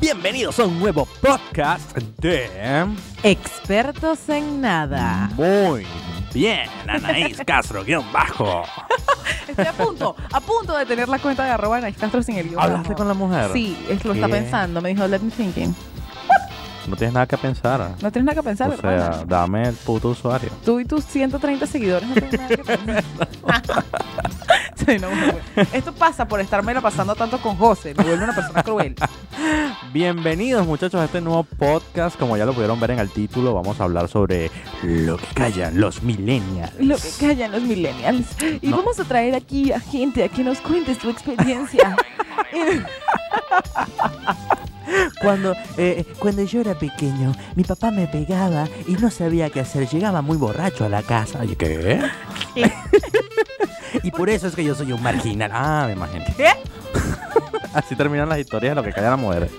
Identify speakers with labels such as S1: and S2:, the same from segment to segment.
S1: Bienvenidos a un nuevo podcast de
S2: Expertos en nada.
S1: Muy bien, Anaís Castro, guión bajo.
S2: Estoy a punto, a punto de tener la cuenta de arroba Anaís Castro sin el guión.
S1: ¿Hablaste
S2: bajo.
S1: con la mujer?
S2: Sí, es- lo está
S1: ¿Qué?
S2: pensando. Me dijo, let me thinking.
S1: No tienes nada que pensar.
S2: No tienes nada que pensar,
S1: o
S2: ¿verdad?
S1: sea, dame el puto usuario.
S2: Tú y tus 130 seguidores no tienen nada que pensar. Sí, no, bueno, bueno. Esto pasa por estarme pasando tanto con José. Me vuelve una persona cruel.
S1: Bienvenidos muchachos a este nuevo podcast. Como ya lo pudieron ver en el título, vamos a hablar sobre lo que callan los millennials.
S2: Lo que callan los millennials. Y
S1: No.
S2: vamos a traer aquí a gente a que nos cuentes tu experiencia.
S3: Cuando, eh, cuando yo era pequeño, mi papá me pegaba y no sabía qué hacer. Llegaba muy borracho a la casa.
S1: Ay, ¿Qué?
S3: Y por eso es que yo soy un marginal.
S1: Ah, me imagino.
S2: ¿Qué?
S1: Así terminan las historias de lo que callan las mujeres.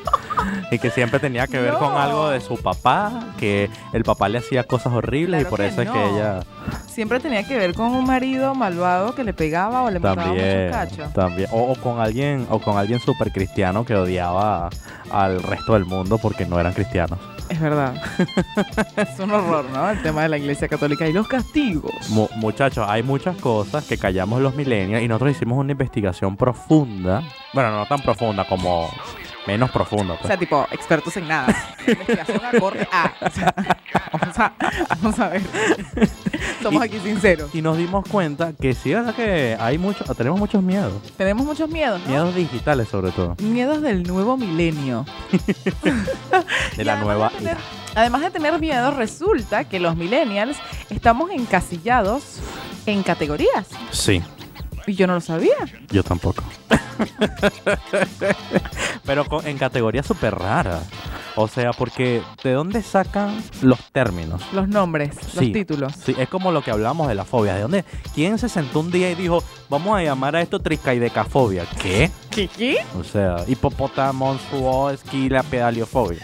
S1: Y que siempre tenía que ver con
S2: No.
S1: algo de su papá, que el papá le hacía cosas horribles y
S2: Claro
S1: por
S2: que
S1: eso es
S2: no.
S1: que ella
S2: Siempre tenía que ver con un marido malvado que le pegaba o le mataba
S1: también,
S2: muchos cachos.
S1: también o, o con alguien o con alguien super cristiano que odiaba al resto del mundo porque no eran cristianos.
S2: Es verdad. es un horror, ¿no? El tema de la iglesia católica y los castigos.
S1: Mu- muchachos, hay muchas cosas que callamos los millennials y nosotros hicimos una investigación profunda, bueno, no tan profunda como menos profunda,
S2: O
S1: pues.
S2: sea, tipo, expertos en nada. Investigación acorde a. O sea, vamos a, vamos a ver. Somos aquí sinceros.
S1: y nos dimos cuenta que sí, es verdad que hay mucho, tenemos muchos miedos.
S2: Tenemos muchos miedos, ¿no?
S1: Miedos digitales sobre todo.
S2: Miedos del nuevo milenio.
S1: De
S2: Y
S1: la
S2: además
S1: nueva
S2: de tener-
S1: era.
S2: Además de tener miedos, resulta que los millennials estamos encasillados en categorías.
S1: Sí,
S2: Y yo no lo sabía.
S1: yo tampoco. Pero co- en categoría súper rara. O sea, porque ¿de dónde sacan los términos?
S2: Los nombres,
S1: Sí.
S2: los títulos.
S1: Sí, es como lo que hablamos de la fobia. ¿De dónde? ¿Quién se sentó un día y dijo, vamos a llamar a esto tricaidecafobia? ¿Qué?
S2: ¿Qué? ¿Qué?
S1: O sea, hipopótamo, monstruo, esquila, pedaliofobia.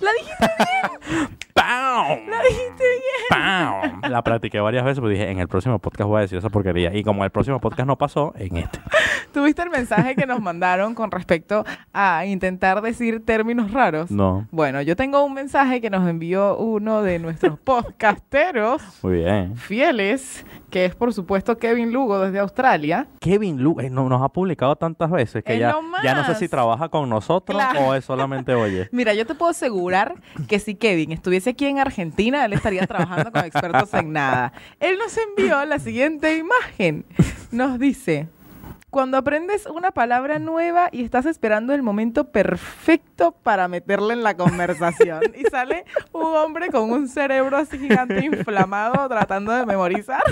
S2: La
S1: ¡Pam! La dijiste bien. ¡Pam! La practiqué varias veces, pero dije, en el próximo podcast voy a decir esa porquería. Y como el próximo podcast no pasó, en este.
S2: ¿Tuviste el mensaje que nos mandaron con respecto a intentar decir términos raros?
S1: No.
S2: Bueno, yo tengo un mensaje que nos envió uno de nuestros podcasteros
S1: Muy bien.
S2: fieles, que es por supuesto Kevin Lugo desde Australia.
S1: Kevin Lu eh, no- nos ha publicado tantas veces que
S2: Es
S1: ya,
S2: lo
S1: ya no sé
S2: más.
S1: si trabaja con nosotros
S2: Claro.
S1: o es solamente oye.
S2: Mira, yo te puedo asegurar que si Kevin estuviese aquí en Argentina, él estaría trabajando con expertos en nada. Él nos envió la siguiente imagen. Nos dice, cuando aprendes una palabra nueva y estás esperando el momento perfecto para meterla en la conversación, y sale un hombre con un cerebro así gigante inflamado tratando de memorizar.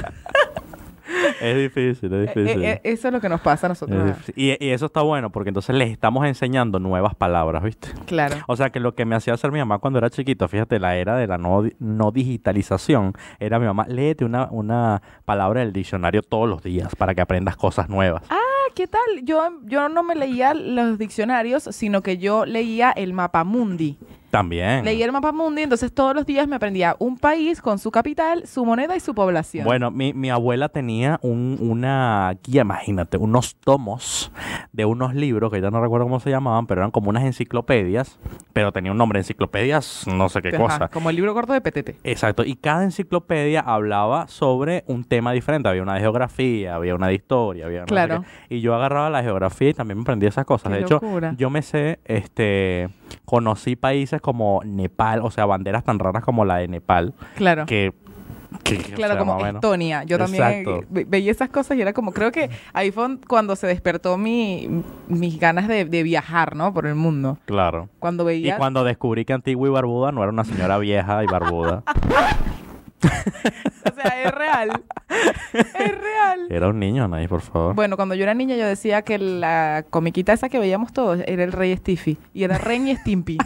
S1: Es difícil, es
S2: Eh,
S1: difícil.
S2: eh, eso es lo que nos pasa a
S1: Es
S2: nosotros.
S1: difícil. Eh, Y, y eso está bueno porque entonces les estamos enseñando nuevas palabras, ¿viste?
S2: Claro.
S1: O sea que lo que me hacía hacer mi mamá cuando era chiquito, fíjate, la era de la no, di- no digitalización, era mi mamá, léete una, una palabra del diccionario todos los días para que aprendas cosas nuevas.
S2: Ah, ¿Qué tal? Yo, yo no me leía los diccionarios, sino que yo leía el mapamundi.
S1: También.
S2: Leí el mapa mundi, entonces todos los días me aprendía un país con su capital, su moneda y su población.
S1: Bueno, mi, mi abuela tenía un, una guía, imagínate, unos tomos de unos libros que ya no recuerdo cómo se llamaban, pero eran como unas enciclopedias, pero tenía un nombre, enciclopedias, no sé qué
S2: Pero,
S1: cosa.
S2: ajá, como el libro corto de Petete.
S1: Exacto, y cada enciclopedia hablaba sobre un tema diferente. Había una de geografía, había una de historia, había una de-
S2: Claro.
S1: Y yo agarraba la geografía y también me aprendí esas cosas.
S2: Qué
S1: de hecho,
S2: locura.
S1: yo me sé, este, conocí países como Nepal, o sea, banderas tan raras como la de Nepal,
S2: Claro.
S1: que... que- que, o
S2: Claro,
S1: sea,
S2: como
S1: más o menos.
S2: Estonia. Yo también eh,
S1: Exacto.
S2: ve- veía esas cosas y era como, creo que ahí fue un- cuando se despertó mi, mis ganas de, de viajar, ¿no? Por el mundo.
S1: Claro.
S2: Cuando
S1: Y
S2: veía...
S1: cuando descubrí que Antigua y Barbuda no era una señora vieja y barbuda,
S2: O sea, es real. es real.
S1: era un niño, Anaís, por favor.
S2: Bueno, cuando yo era niña yo decía que la comiquita esa que veíamos todos era el rey Stiffy. Y era Ren y Stimpy.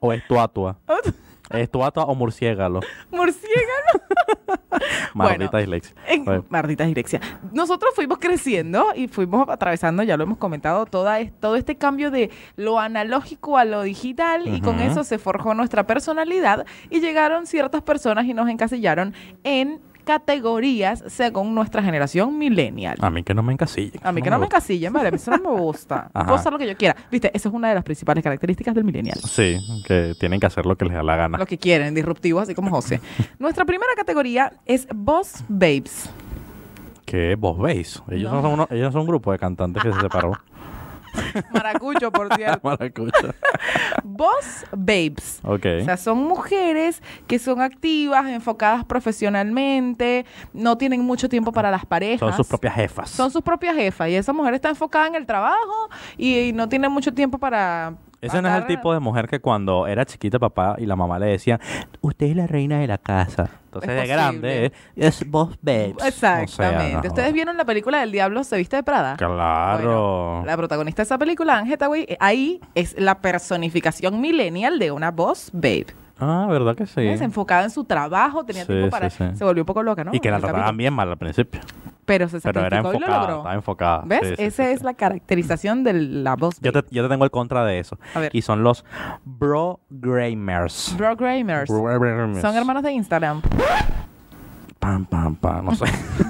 S1: O estuatua. estuatua o murciégalo.
S2: Murciélago.
S1: Maldita
S2: Bueno.
S1: dislexia.
S2: En
S1: Bueno.
S2: maldita dislexia. Nosotros fuimos creciendo y fuimos atravesando, ya lo hemos comentado, toda es- todo este cambio de lo analógico a lo digital y con
S1: Ujú.
S2: eso se forjó nuestra personalidad y llegaron ciertas personas y nos encasillaron en categorías según nuestra generación millennial.
S1: A mí que Ah, no me encasillen.
S2: A mí que no me
S1: gusta.
S2: encasillen, vale, eso no me gusta.
S1: Ajá.
S2: Puedo hacer lo que yo quiera. Viste, esa es una de las principales características del millennial.
S1: Sí, que tienen que hacer lo que les da la gana.
S2: Lo que quieren, disruptivos, así como José. Nuestra primera categoría es Boss Babes.
S1: Que vos veis. Ellos
S2: No.
S1: no son, uno- ellos son un grupo de cantantes que se separó.
S2: Maracucho, por cierto.
S1: Maracucha.
S2: Boss Babes.
S1: Ok.
S2: O sea, son mujeres que son activas, enfocadas profesionalmente, no tienen mucho tiempo para las parejas.
S1: son sus propias jefas.
S2: Son sus propias jefas y esa mujer está enfocada en el trabajo y, y no tiene mucho tiempo para...
S1: Ese no es el tipo de mujer que cuando era chiquita papá y la mamá le decía, usted es la reina de la casa. Entonces
S2: Es
S1: de grande
S2: posible.
S1: es, es vos babes. O sea,
S2: Exactamente.
S1: no.
S2: Ustedes vieron la película del diablo se viste de Prada.
S1: Claro.
S2: Bueno, la protagonista de esa película, Anne Hathaway, eh, ahí es la personificación millennial de una voz babe.
S1: Ah, ¿verdad que sí?
S2: Es enfocada en su trabajo, tenía
S1: Sí,
S2: tiempo
S1: sí,
S2: para...
S1: sí.
S2: Se volvió un poco loca, ¿no?
S1: y que la
S2: El capítulo.
S1: trataban bien mal al principio.
S2: Pero se
S1: Pero era
S2: sacrificó y lo
S1: enfocada,
S2: logró.
S1: estaba enfocada.
S2: ¿Ves?
S1: Sí, sí,
S2: Esa
S1: sí,
S2: es
S1: sí.
S2: la caracterización de la voz.
S1: Yo te, yo te tengo el contra de eso.
S2: A ver.
S1: Y son los bro-gramers.
S2: Bro Gramers.
S1: Bro-gramers.
S2: Son hermanos de Instagram.
S1: Pam, pam, pam, no sé.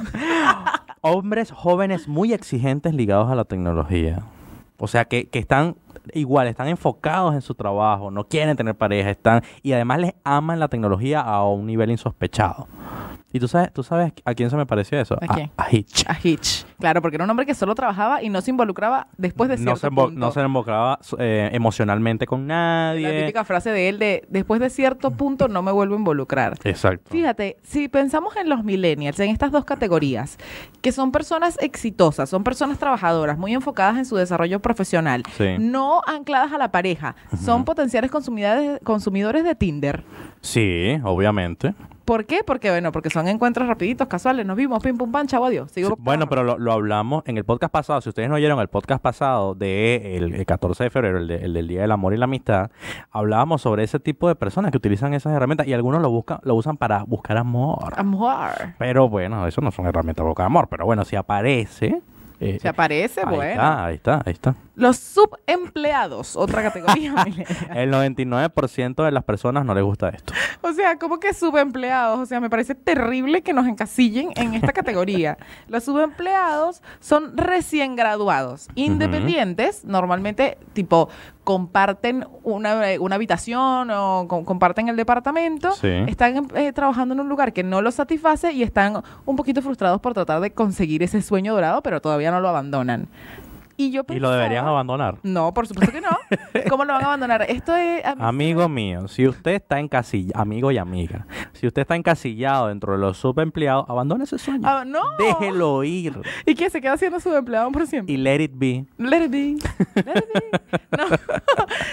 S1: Hombres jóvenes muy exigentes ligados a la tecnología. O sea, que, que están igual, están enfocados en su trabajo, no quieren tener pareja, están... Y además les aman la tecnología a un nivel insospechado. Y tú sabes, tú sabes a quién se me pareció eso.
S2: ¿A quién?
S1: A Hitch.
S2: A Hitch. Claro, porque era un hombre que solo trabajaba y no se involucraba después de cierto
S1: No se, embo-
S2: punto.
S1: no se involucraba eh, emocionalmente con
S2: La
S1: nadie.
S2: típica frase de él de después de cierto punto no me vuelvo a involucrar.
S1: Exacto.
S2: Fíjate, si pensamos en los millennials, en estas dos categorías, que son personas exitosas, son personas trabajadoras, muy enfocadas en su desarrollo profesional,
S1: Sí.
S2: no ancladas a la pareja, son potenciales consumidades- consumidores de Tinder.
S1: Sí, obviamente.
S2: ¿Por qué? Porque, bueno, porque son encuentros rapiditos, casuales, nos vimos, pim, pum, pan, chavo, adiós. Sigo
S1: Sí,
S2: pa-
S1: bueno, pero lo, lo hablamos en el podcast pasado. Si ustedes no oyeron el podcast pasado de el, el 14 de febrero, el, de- el del Día del Amor y la Amistad, hablábamos sobre ese tipo de personas que utilizan esas herramientas y algunos lo buscan, lo usan para buscar amor.
S2: "Ah, Amor.
S1: Pero bueno, eso no son herramientas para buscar amor. Pero bueno, si aparece. eh,
S2: Se aparece,
S1: ahí
S2: bueno.
S1: está, ahí está, ahí está.
S2: Los subempleados, otra categoría. millennial.
S1: El 99% de las personas no les gusta esto.
S2: o sea, ¿cómo que subempleados? O sea, me parece terrible que nos encasillen en esta categoría. Los subempleados son recién graduados, independientes, normalmente tipo comparten una, eh, una habitación o co- comparten el departamento,
S1: Sí.
S2: están eh, trabajando en un lugar que no los satisface y están un poquito frustrados por tratar de conseguir ese sueño dorado, pero todavía no lo abandonan. Y yo
S1: Y lo deberían
S2: pensaba-
S1: abandonar.
S2: No, por supuesto que no. ¿Cómo lo van a abandonar? Esto es... a mí-
S1: Amigo mío, si usted está encasillado, amigo y amiga, si usted está encasillado dentro de los subempleados, abandone ese sueño.
S2: Ah, no.
S1: Déjelo ir.
S2: ¿Y qué? ¿Se queda siendo subempleado por siempre?
S1: Y let it be.
S2: Let it be. Let it be. No.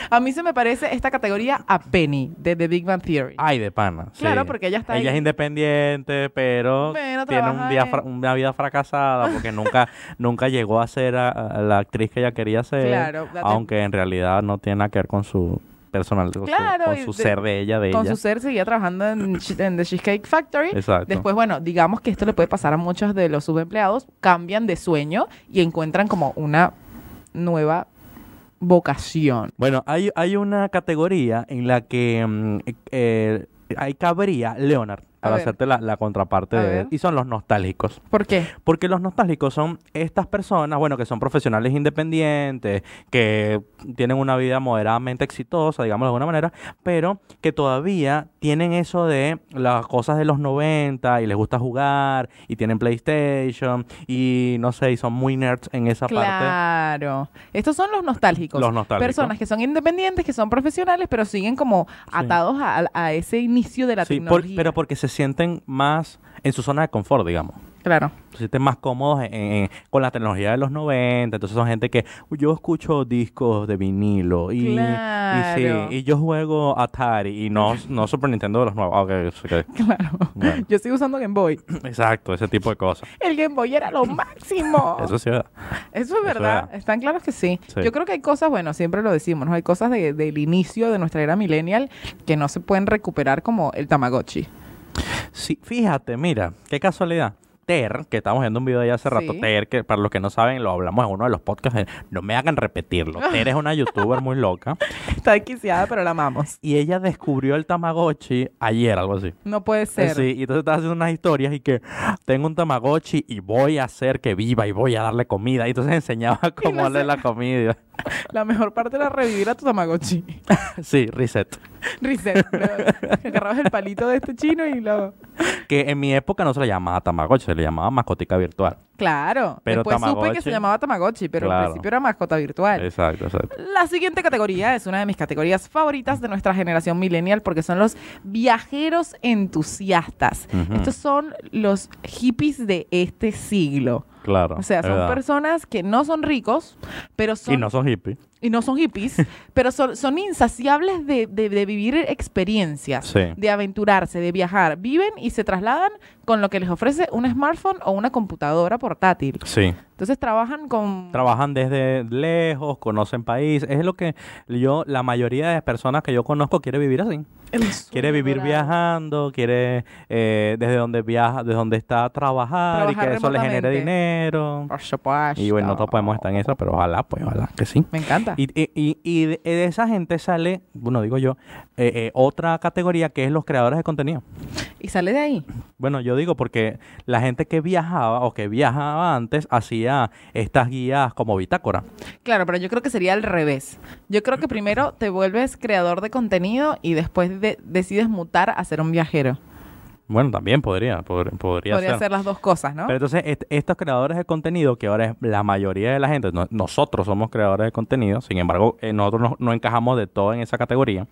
S2: a mí se me parece esta categoría a Penny de The Big Bang Theory.
S1: Ay, de pana. Ah, sí.
S2: Claro, porque ella está
S1: Ella
S2: ahí.
S1: es independiente, pero
S2: Bueno,
S1: tiene un
S2: trabaja
S1: día
S2: en-
S1: fra- una vida fracasada porque nunca, nunca llegó a ser a- a la actriz que ella quería ser.
S2: Claro, date-
S1: Aunque en realidad no tiene nada que ver con su personal, con
S2: Claro,
S1: su, con
S2: y
S1: su
S2: de-
S1: ser de ella, de
S2: Con
S1: ella.
S2: su ser seguía trabajando en, Ch- en The Cheesecake Factory.
S1: Exacto.
S2: Después, bueno, digamos que esto le puede pasar a muchos de los subempleados. Cambian de sueño y encuentran como una nueva vocación.
S1: Bueno, hay, hay una categoría en la que mm, eh, ahí cabría Leonard para
S2: ver.
S1: hacerte la, la contraparte
S2: A
S1: de
S2: ver.
S1: él. Y son los nostálgicos.
S2: ¿Por qué?
S1: Porque los nostálgicos son estas personas, bueno, que son profesionales independientes, que tienen una vida moderadamente exitosa, digamos de alguna manera, pero que todavía tienen eso de las cosas de los 90 y les gusta jugar y tienen PlayStation y no sé, y son muy nerds en esa parte.
S2: Claro. Estos son los nostálgicos.
S1: Los nostálgicos.
S2: Personas que son independientes, que son profesionales, pero siguen como atados a, a ese inicio de la
S1: Sí, por-
S2: tecnología.
S1: pero porque se sienten más en su zona de confort, digamos.
S2: Claro.
S1: se sienten más cómodos en- en- con la tecnología de los 90. Entonces son gente que "Uy, yo escucho discos de vinilo y, y sí,
S2: Claro.
S1: y yo juego Atari y no, no Super Nintendo de los nuevos. Ah, ok, ok.
S2: Claro.
S1: Bueno.
S2: Yo sigo usando Game Boy.
S1: Exacto, ese tipo de cosas.
S2: El Game Boy era lo máximo.
S1: Eso sí, ¿verdad?
S2: Eso es verdad,
S1: era.
S2: están claros que sí.
S1: Sí.
S2: Yo creo que hay cosas, bueno, siempre lo decimos, ¿no? Hay cosas de- del inicio de nuestra era millennial que no se pueden recuperar como el Tamagotchi.
S1: Sí, fíjate, mira, qué casualidad. Ter, que estábamos viendo un video de ella hace
S2: Sí.
S1: rato, Ter, que para los que no saben, lo hablamos en uno de los podcasts, eh, no me hagan repetirlo. Ter es una youtuber muy loca
S2: Está desquiciada, pero la amamos.
S1: y ella descubrió el Tamagotchi ayer, algo así.
S2: No puede
S1: Eh,
S2: ser.
S1: Sí, y entonces estaba haciendo unas historias y que tengo un Tamagotchi y voy a hacer que viva y voy a darle comida. Y entonces enseñaba cómo
S2: no
S1: darle
S2: sé.
S1: la comida.
S2: La mejor parte era revivir a tu Tamagotchi.
S1: Sí, reset.
S2: Reset. pero Agarrabas el palito de este chino y lo.
S1: Que en mi época no se le llamaba Tamagotchi, se le llamaba mascotica virtual.
S2: Claro.
S1: Pero
S2: Después supe que
S1: Tamagotchi.
S2: se llamaba Tamagotchi, pero al
S1: Claro.
S2: principio era mascota virtual.
S1: Exacto, exacto.
S2: La siguiente categoría es una de mis categorías favoritas de nuestra generación millennial porque son los viajeros entusiastas.
S1: Ujú.
S2: Estos son los hippies de este siglo.
S1: Claro.
S2: O sea,
S1: Ah, es
S2: son
S1: verdad.
S2: personas que no son ricos, pero son
S1: Y no son hippies.
S2: y no son hippies, pero son, son insaciables de, de- de vivir experiencias,
S1: Sí.
S2: de aventurarse, de viajar. Viven y se trasladan con lo que les ofrece un smartphone o una computadora portátil.
S1: Sí.
S2: Entonces trabajan con...
S1: Trabajan desde lejos, conocen país. Es lo que yo, la mayoría de personas que yo conozco quiere vivir así.
S2: El
S1: Quiere
S2: sueño
S1: vivir
S2: dorado.
S1: viajando, quiere eh, desde donde viaja, desde donde está trabajar y
S2: Trabajar
S1: que eso le genere
S2: remotamente.
S1: dinero.
S2: Por supuesto.
S1: Y bueno, nosotros podemos estar en eso, pero ojalá, pues ojalá que sí.
S2: Me encanta.
S1: Y, y- y- y de- eh, de esa gente sale, bueno, digo yo, eh, eh, otra categoría que es los creadores de contenido.
S2: y sale de ahí.
S1: Bueno, yo digo porque la gente que viajaba o que viajaba antes hacía estas guías como bitácora.
S2: Claro, pero yo creo que sería al revés. Yo creo que primero te vuelves creador de contenido y después de- decides mutar a ser un viajero.
S1: Bueno, también podría, pod- podría,
S2: Podría
S1: ser.
S2: ser las dos cosas, ¿no?
S1: Pero entonces est- estos creadores de contenido, que ahora es la mayoría de la gente, no- nosotros somos creadores de contenido, sin embargo, eh, nosotros no, no encajamos de todo en esa categoría,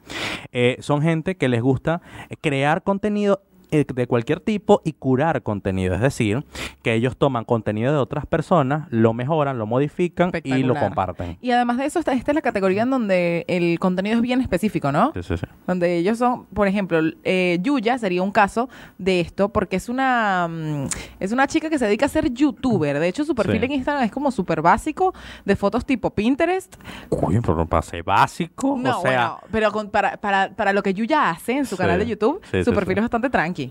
S1: eh, son gente que les gusta crear contenido eh, de cualquier tipo y curar contenido, es decir, que ellos toman contenido de otras personas, lo mejoran, lo modifican y lo
S2: Espectacular.
S1: comparten.
S2: Y además de eso, esta, esta es la categoría en donde el contenido es bien específico, ¿no?
S1: Sí, sí, sí.
S2: Donde ellos son, por ejemplo, eh, Yuya sería un caso de esto, porque es una mm, es una chica que se dedica a ser youtuber. De hecho, su perfil
S1: Sí.
S2: en Instagram es como súper básico, de fotos tipo Pinterest.
S1: Uy, pero pase básico,
S2: No,
S1: o sea,
S2: bueno, pero con- para, para, para lo que Yuya hace en su
S1: Sí.
S2: canal de YouTube,
S1: Sí,
S2: su
S1: sí,
S2: perfil
S1: sí.
S2: es bastante tranqui.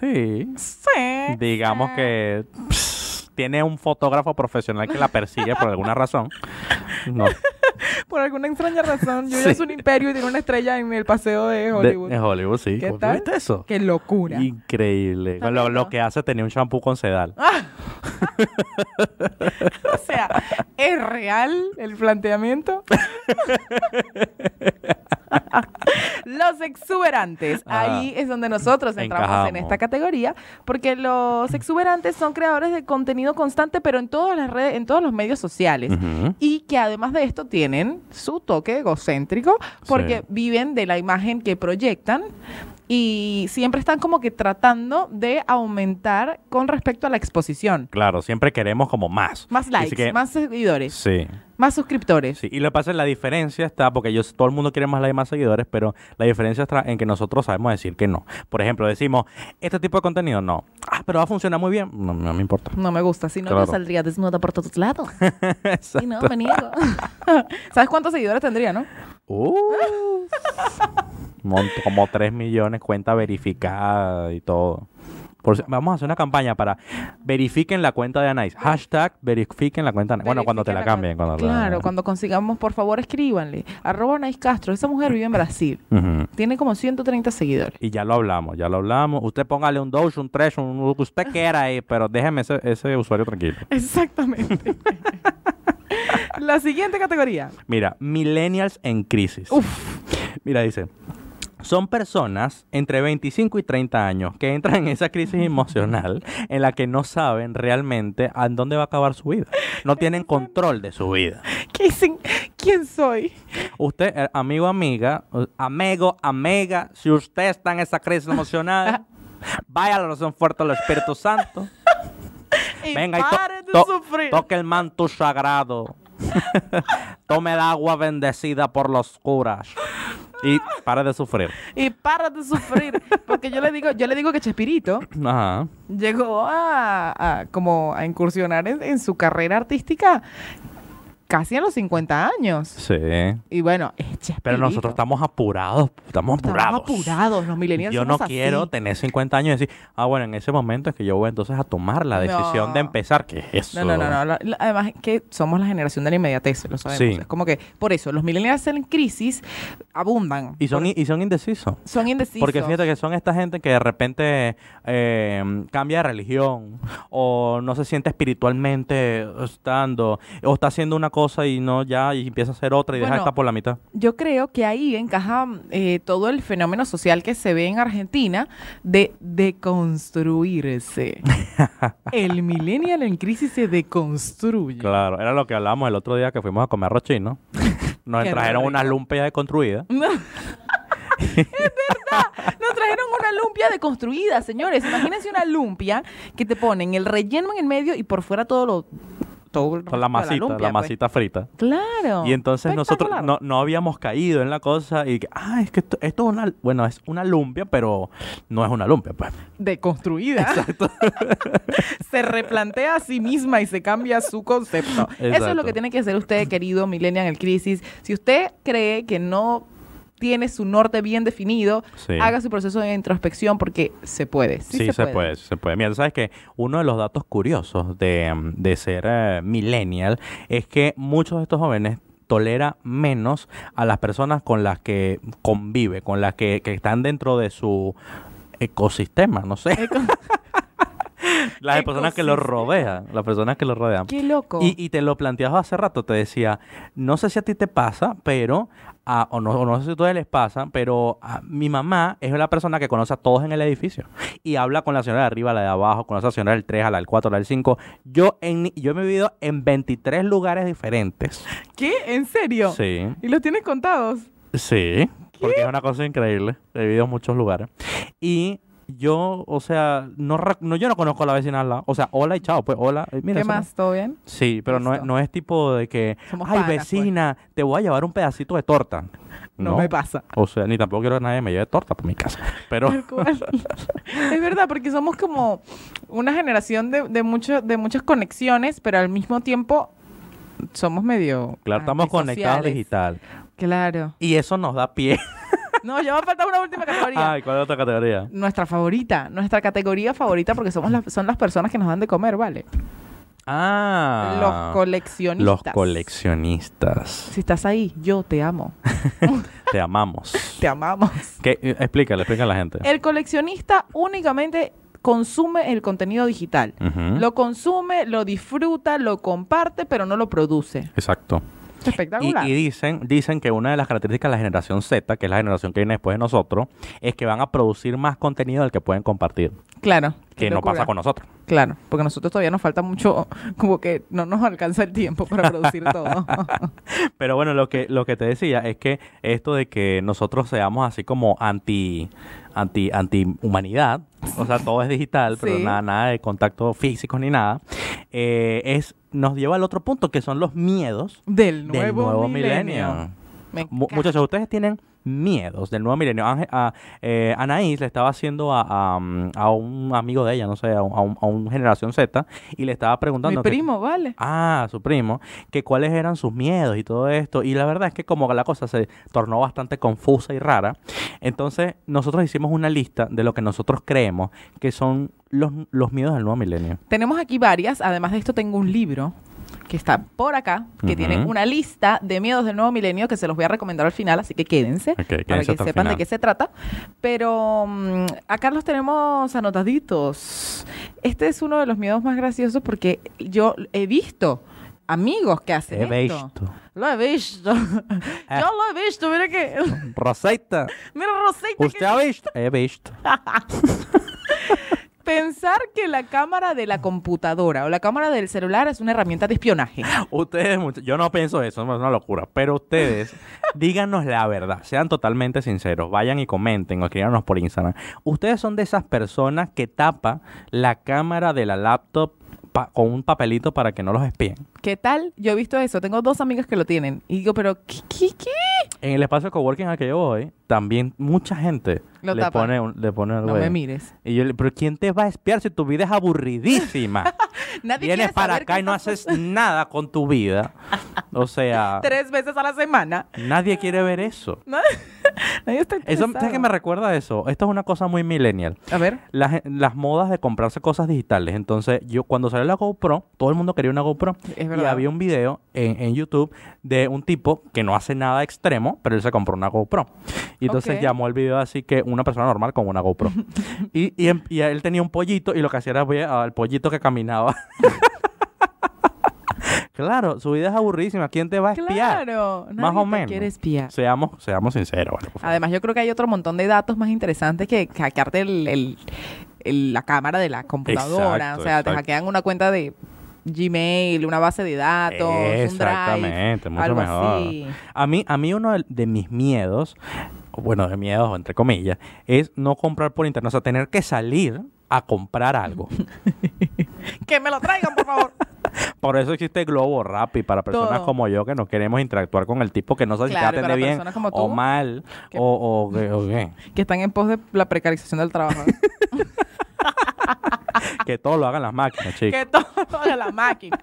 S1: sí,
S2: Sí.
S1: digamos que pss, tiene un fotógrafo profesional que la persigue por alguna razón. No,
S2: Por alguna extraña razón, Yuya
S1: Sí.
S2: es un imperio y tiene una estrella en el paseo de
S1: De- eh,
S2: Hollywood.
S1: en Hollywood, sí.
S2: ¿Qué
S1: ¿Tú
S2: tal?
S1: ¿Viste eso?
S2: ¡Qué locura!
S1: Increíble.
S2: Está
S1: Lo,
S2: lindo.
S1: lo que hace tenía un shampoo con sedal.
S2: O sea, ¿es real el planteamiento? los exuberantes.
S1: Ah.
S2: Ahí es donde nosotros entramos en
S1: Encajamos.
S2: esta categoría, porque los exuberantes son creadores de contenido constante, pero en todas las redes, en todos los medios sociales.
S1: Ujú.
S2: Y que además de esto tienen su toque egocéntrico porque
S1: Sí.
S2: viven de la imagen que proyectan y siempre están como que tratando de aumentar con respecto a la exposición.
S1: Claro, siempre queremos como más.
S2: Más
S1: Así
S2: likes,
S1: que-
S2: más seguidores,
S1: Sí,
S2: más suscriptores.
S1: sí. Y lo que pasa es la diferencia está, porque yo, todo el mundo quiere más likes, más seguidores, pero la diferencia está en que nosotros sabemos decir que no. Por ejemplo, decimos, este tipo de contenido no. Ah, pero va a funcionar muy bien. No, no me importa.
S2: No me gusta, si no yo
S1: Claro.
S2: saldría desnuda por todos lados.
S1: Exacto.
S2: Y no, me niego. ¿Sabes cuántos seguidores tendría, no?
S1: Uh. Mon- como 3 millones, cuenta verificada y todo. Por si- vamos a hacer una campaña para verifiquen la cuenta de Anais. Hashtag verifiquen la cuenta de Anais. Bueno, cuando te la cambien. Cuando te la-
S2: Claro, cuando consigamos, por favor, escríbanle. Arroba Anais Castro. Esa mujer vive en Brasil.
S1: Ujú.
S2: Tiene como 130 seguidores.
S1: Y ya lo hablamos, ya lo hablamos. Usted póngale un Doge, un Tresh, un lo que usted quiera ahí, pero déjeme ese, ese usuario tranquilo.
S2: Exactamente. La siguiente categoría.
S1: Mira, Millennials en crisis.
S2: Uf.
S1: Mira, dice. Son personas entre 25 y 30 años que entran en esa crisis emocional en la que no saben realmente a dónde va a acabar su vida. No tienen control de su vida.
S2: ¿Qué dicen? ¿Quién soy?
S1: Usted, eh, amigo, amiga, o- amigo, amiga, si usted está en esa crisis emocional, vaya a la razón fuerte del Espíritu Santo.
S2: Y
S1: Venga y to-
S2: pare de
S1: to-
S2: sufrir.
S1: toque el manto sagrado. Tome el agua bendecida por los curas. Y para de sufrir.
S2: Y para de sufrir. Porque yo le digo, yo le digo que Chespirito
S1: Ajá.
S2: llegó a, a como a incursionar en, en su carrera artística casi a los 50 años.
S1: Sí.
S2: Y bueno, es Chespirito.
S1: Pero nosotros estamos apurados, estamos
S2: Estamos
S1: apurados.
S2: apurados, los millennials
S1: Yo no
S2: somos así.
S1: quiero tener 50 años y decir, ah, bueno, en ese momento es que yo voy entonces a tomar la decisión
S2: No.
S1: de empezar. ¿Qué es eso?
S2: No, no, no, no. La- la- Además que somos la generación de la inmediatez, lo sabemos.
S1: Sí.
S2: Es como que, por eso, los millennials en crisis abundan.
S1: Y son,
S2: Por-
S1: y son indecisos.
S2: son indecisos.
S1: Porque fíjate que son esta gente que de repente eh, cambia de religión o no se siente espiritualmente estando o está haciendo una cosa y no ya y empieza a hacer otra y deja
S2: Bueno,
S1: esta por la mitad.
S2: Yo creo que ahí encaja eh, todo el fenómeno social que se ve en Argentina de deconstruirse. el millennial en crisis se deconstruye.
S1: Claro, era lo que hablábamos el otro día que fuimos a comer rochino. Nos
S2: Qué
S1: trajeron
S2: rico.
S1: unas lumpias deconstruidas.
S2: No. es verdad. Nos trajeron una lumpia deconstruida, señores. Imagínense una lumpia que te ponen el relleno en el medio y por fuera todo lo. Todo el resto
S1: Son
S2: de
S1: la masita, la,
S2: lumpia, pues.
S1: masita frita.
S2: Claro.
S1: Y entonces nosotros
S2: Espectacular.
S1: no, no habíamos caído en la cosa y que, ah, es que esto, esto es una, bueno, es una lumpia, pero no es una lumpia, pues.
S2: Deconstruida. se replantea a sí misma y se cambia su concepto. Eso es
S1: Exacto.
S2: lo que tiene que hacer usted, querido Millennial en el Crisis. Si usted cree que no tiene su norte bien definido,
S1: Sí.
S2: haga su proceso de introspección porque se puede. Sí,
S1: Sí, se, puede. sí se puede. Mira, tú sabes que uno de los datos curiosos de, mm, de ser eh, millennial es que muchos de estos jóvenes tolera menos a las personas con las que convive, con las que, que están dentro de su ecosistema, no sé. las personas que lo
S2: Ecosistema.
S1: rodean, las personas que lo rodean.
S2: Qué loco.
S1: Y, y te lo planteabas hace rato, te decía, no sé si a ti te pasa, pero, a- o, no, o no sé si a ustedes les pasa, pero a- mi mamá es la persona que conoce a todos en el edificio y habla con la señora de arriba, la de abajo, conoce a la señora del 3, a la del 4, a la del 5. Yo, en, yo me he vivido en 23 lugares diferentes.
S2: ¿Qué? ¿En serio?
S1: Sí.
S2: ¿Y los tienes contados?
S1: Sí, porque es una cosa increíble. He vivido en muchos lugares. Y yo, o sea, no, rec- no yo no conozco a la vecina al lado. O sea, hola y chao, pues hola. Eh, Mira,
S2: ¿Qué
S1: eso no-
S2: más? ¿Todo bien?
S1: Sí, pero no, es-
S2: Listo.
S1: no es tipo de que,
S2: Somos
S1: ay,
S2: panas, pues".
S1: vecina, te voy a llevar un pedacito de torta.
S2: No, me pasa.
S1: O sea, ni tampoco quiero que nadie me lleve torta por mi casa. Pero
S2: Tal cual. es verdad, porque somos como una generación de, de, mucho- de muchas conexiones, pero al mismo tiempo somos medio...
S1: claro, estamos conectados
S2: antisociales.
S1: digital.
S2: Claro.
S1: Y eso nos da pie.
S2: No, ya me falta una última categoría.
S1: ay, ¿cuál es la otra categoría?
S2: Nuestra favorita, nuestra categoría favorita, porque somos las, son las personas que nos dan de comer, ¿vale?
S1: Ah.
S2: los coleccionistas.
S1: Los coleccionistas.
S2: Si estás ahí, yo te amo.
S1: Te amamos.
S2: Te amamos. Eh,
S1: ¿Qué? Eh, Explícale, explícale a la gente.
S2: El coleccionista únicamente consume el contenido digital.
S1: Ujú.
S2: Lo consume, lo disfruta, lo comparte, pero no lo produce.
S1: Exacto.
S2: Es
S1: Y,
S2: Espectacular.
S1: y dicen, dicen que una de las características de la generación Z, que es la generación que viene después de nosotros, es que van a producir más contenido del que pueden compartir,
S2: claro.
S1: que
S2: qué
S1: no pasa
S2: locura.
S1: con nosotros.
S2: Claro, porque a nosotros todavía nos falta mucho, como que no nos alcanza el tiempo para producir todo.
S1: Pero bueno, lo que, lo que te decía es que esto de que nosotros seamos así como anti, anti, anti humanidad, o sea, todo es digital, pero
S2: Sí.
S1: nada, nada de contacto físico ni nada, eh, es, nos lleva al otro punto que son los miedos
S2: Del nuevo,
S1: del nuevo
S2: milenio.
S1: milenio.
S2: Me
S1: Mu-
S2: encanta.
S1: Muchachos, ustedes tienen miedos del nuevo milenio. Ángel- a, eh, Anaís le estaba haciendo a, a, mm, a un amigo de ella, no sé, a un, a un- a un generación Z, y le estaba
S2: Mi
S1: preguntando... que-
S2: primo, vale.
S1: ah, a su primo, que cuáles eran sus miedos y todo esto. Y la verdad es que como la cosa se tornó bastante confusa y rara, entonces nosotros hicimos una lista de lo que nosotros creemos que son los, los miedos del nuevo milenio.
S2: Tenemos aquí varias. Además de esto, tengo un libro que está por acá, que tiene
S1: Ujú.
S2: una lista de miedos del nuevo milenio que se los voy a recomendar al final, así que quédense para que sepan de qué se trata. Pero mm, acá los tenemos anotaditos. Este es uno de los miedos más graciosos porque yo he visto amigos que hacen
S1: He
S2: esto.
S1: visto.
S2: Lo he visto.
S1: Ah.
S2: Yo lo he visto. Mira que.
S1: Rosita,
S2: Mira, Rosita. que-
S1: ¿usted ha visto? He visto.
S2: Pensar que la cámara de la computadora o la cámara del celular es una herramienta de espionaje.
S1: Ustedes, much- yo no pienso eso, es una locura, pero ustedes díganos la verdad, sean totalmente sinceros, vayan y comenten o escríbanos por Instagram. Ustedes son de esas personas que tapa la cámara de la laptop pa- con un papelito para que no los espíen.
S2: ¿Qué tal? Yo he visto eso. Tengo dos amigas que lo tienen. Y digo, pero ¿qué? qué, qué?
S1: En el espacio de coworking al que yo voy, también mucha gente
S2: Lo
S1: le
S2: tapa.
S1: pone, un- le pone algo
S2: No me
S1: ahí.
S2: mires.
S1: Y yo le pero ¿quién te va a espiar si tu vida es aburridísima?
S2: Nadie
S1: Vienes
S2: quiere
S1: para
S2: saber
S1: acá
S2: qué
S1: y no
S2: está
S1: haces nada con tu vida. O sea,
S2: pasando Tres veces a la semana.
S1: nadie quiere ver eso.
S2: No- Nadie está
S1: Eso, ¿Sabes qué me
S2: interesado.
S1: recuerda a eso? Esto es una cosa muy millennial.
S2: A ver.
S1: Las, las modas de comprarse cosas digitales. Entonces, yo cuando salió la GoPro, todo el mundo quería una GoPro.
S2: Es
S1: Y
S2: verdad.
S1: había un video en, en YouTube de un tipo que no hace nada extremo, pero él se compró una GoPro. Y entonces
S2: Ok.
S1: llamó el video así que una persona normal con una GoPro. y, y em- y él tenía un pollito y lo que hacía era ver al pollito que caminaba. claro, su vida es aburridísima. ¿Quién te va a espiar?
S2: Claro.
S1: Más
S2: nadie
S1: o
S2: te
S1: menos.
S2: quiere espiar.
S1: Seamos, seamos sinceros. vale, por favor.
S2: Además, yo creo que hay otro montón de datos más interesantes que hackearte el, el- el- la cámara de la computadora.
S1: Exacto,
S2: o sea,
S1: exacto.
S2: te hackean una cuenta de Gmail, una base de datos, un drive.
S1: Exactamente, mucho
S2: algo
S1: mejor.
S2: así.
S1: A mí, a mí uno de, de mis miedos, o bueno, de miedos entre comillas, es no comprar por internet, o sea, tener que salir a comprar algo.
S2: Que me lo traigan, por favor.
S1: Por eso existe Globo Rappi para personas
S2: Todo.
S1: como yo que no queremos interactuar con el tipo que no sabe
S2: Claro,
S1: si
S2: y
S1: te
S2: para
S1: atende bien
S2: personas como
S1: o
S2: tú,
S1: mal
S2: que-
S1: o, o, que- o qué.
S2: que están en pos de la precarización del trabajo.
S1: que todo lo hagan las máquinas, chicos.
S2: que todo de la máquina.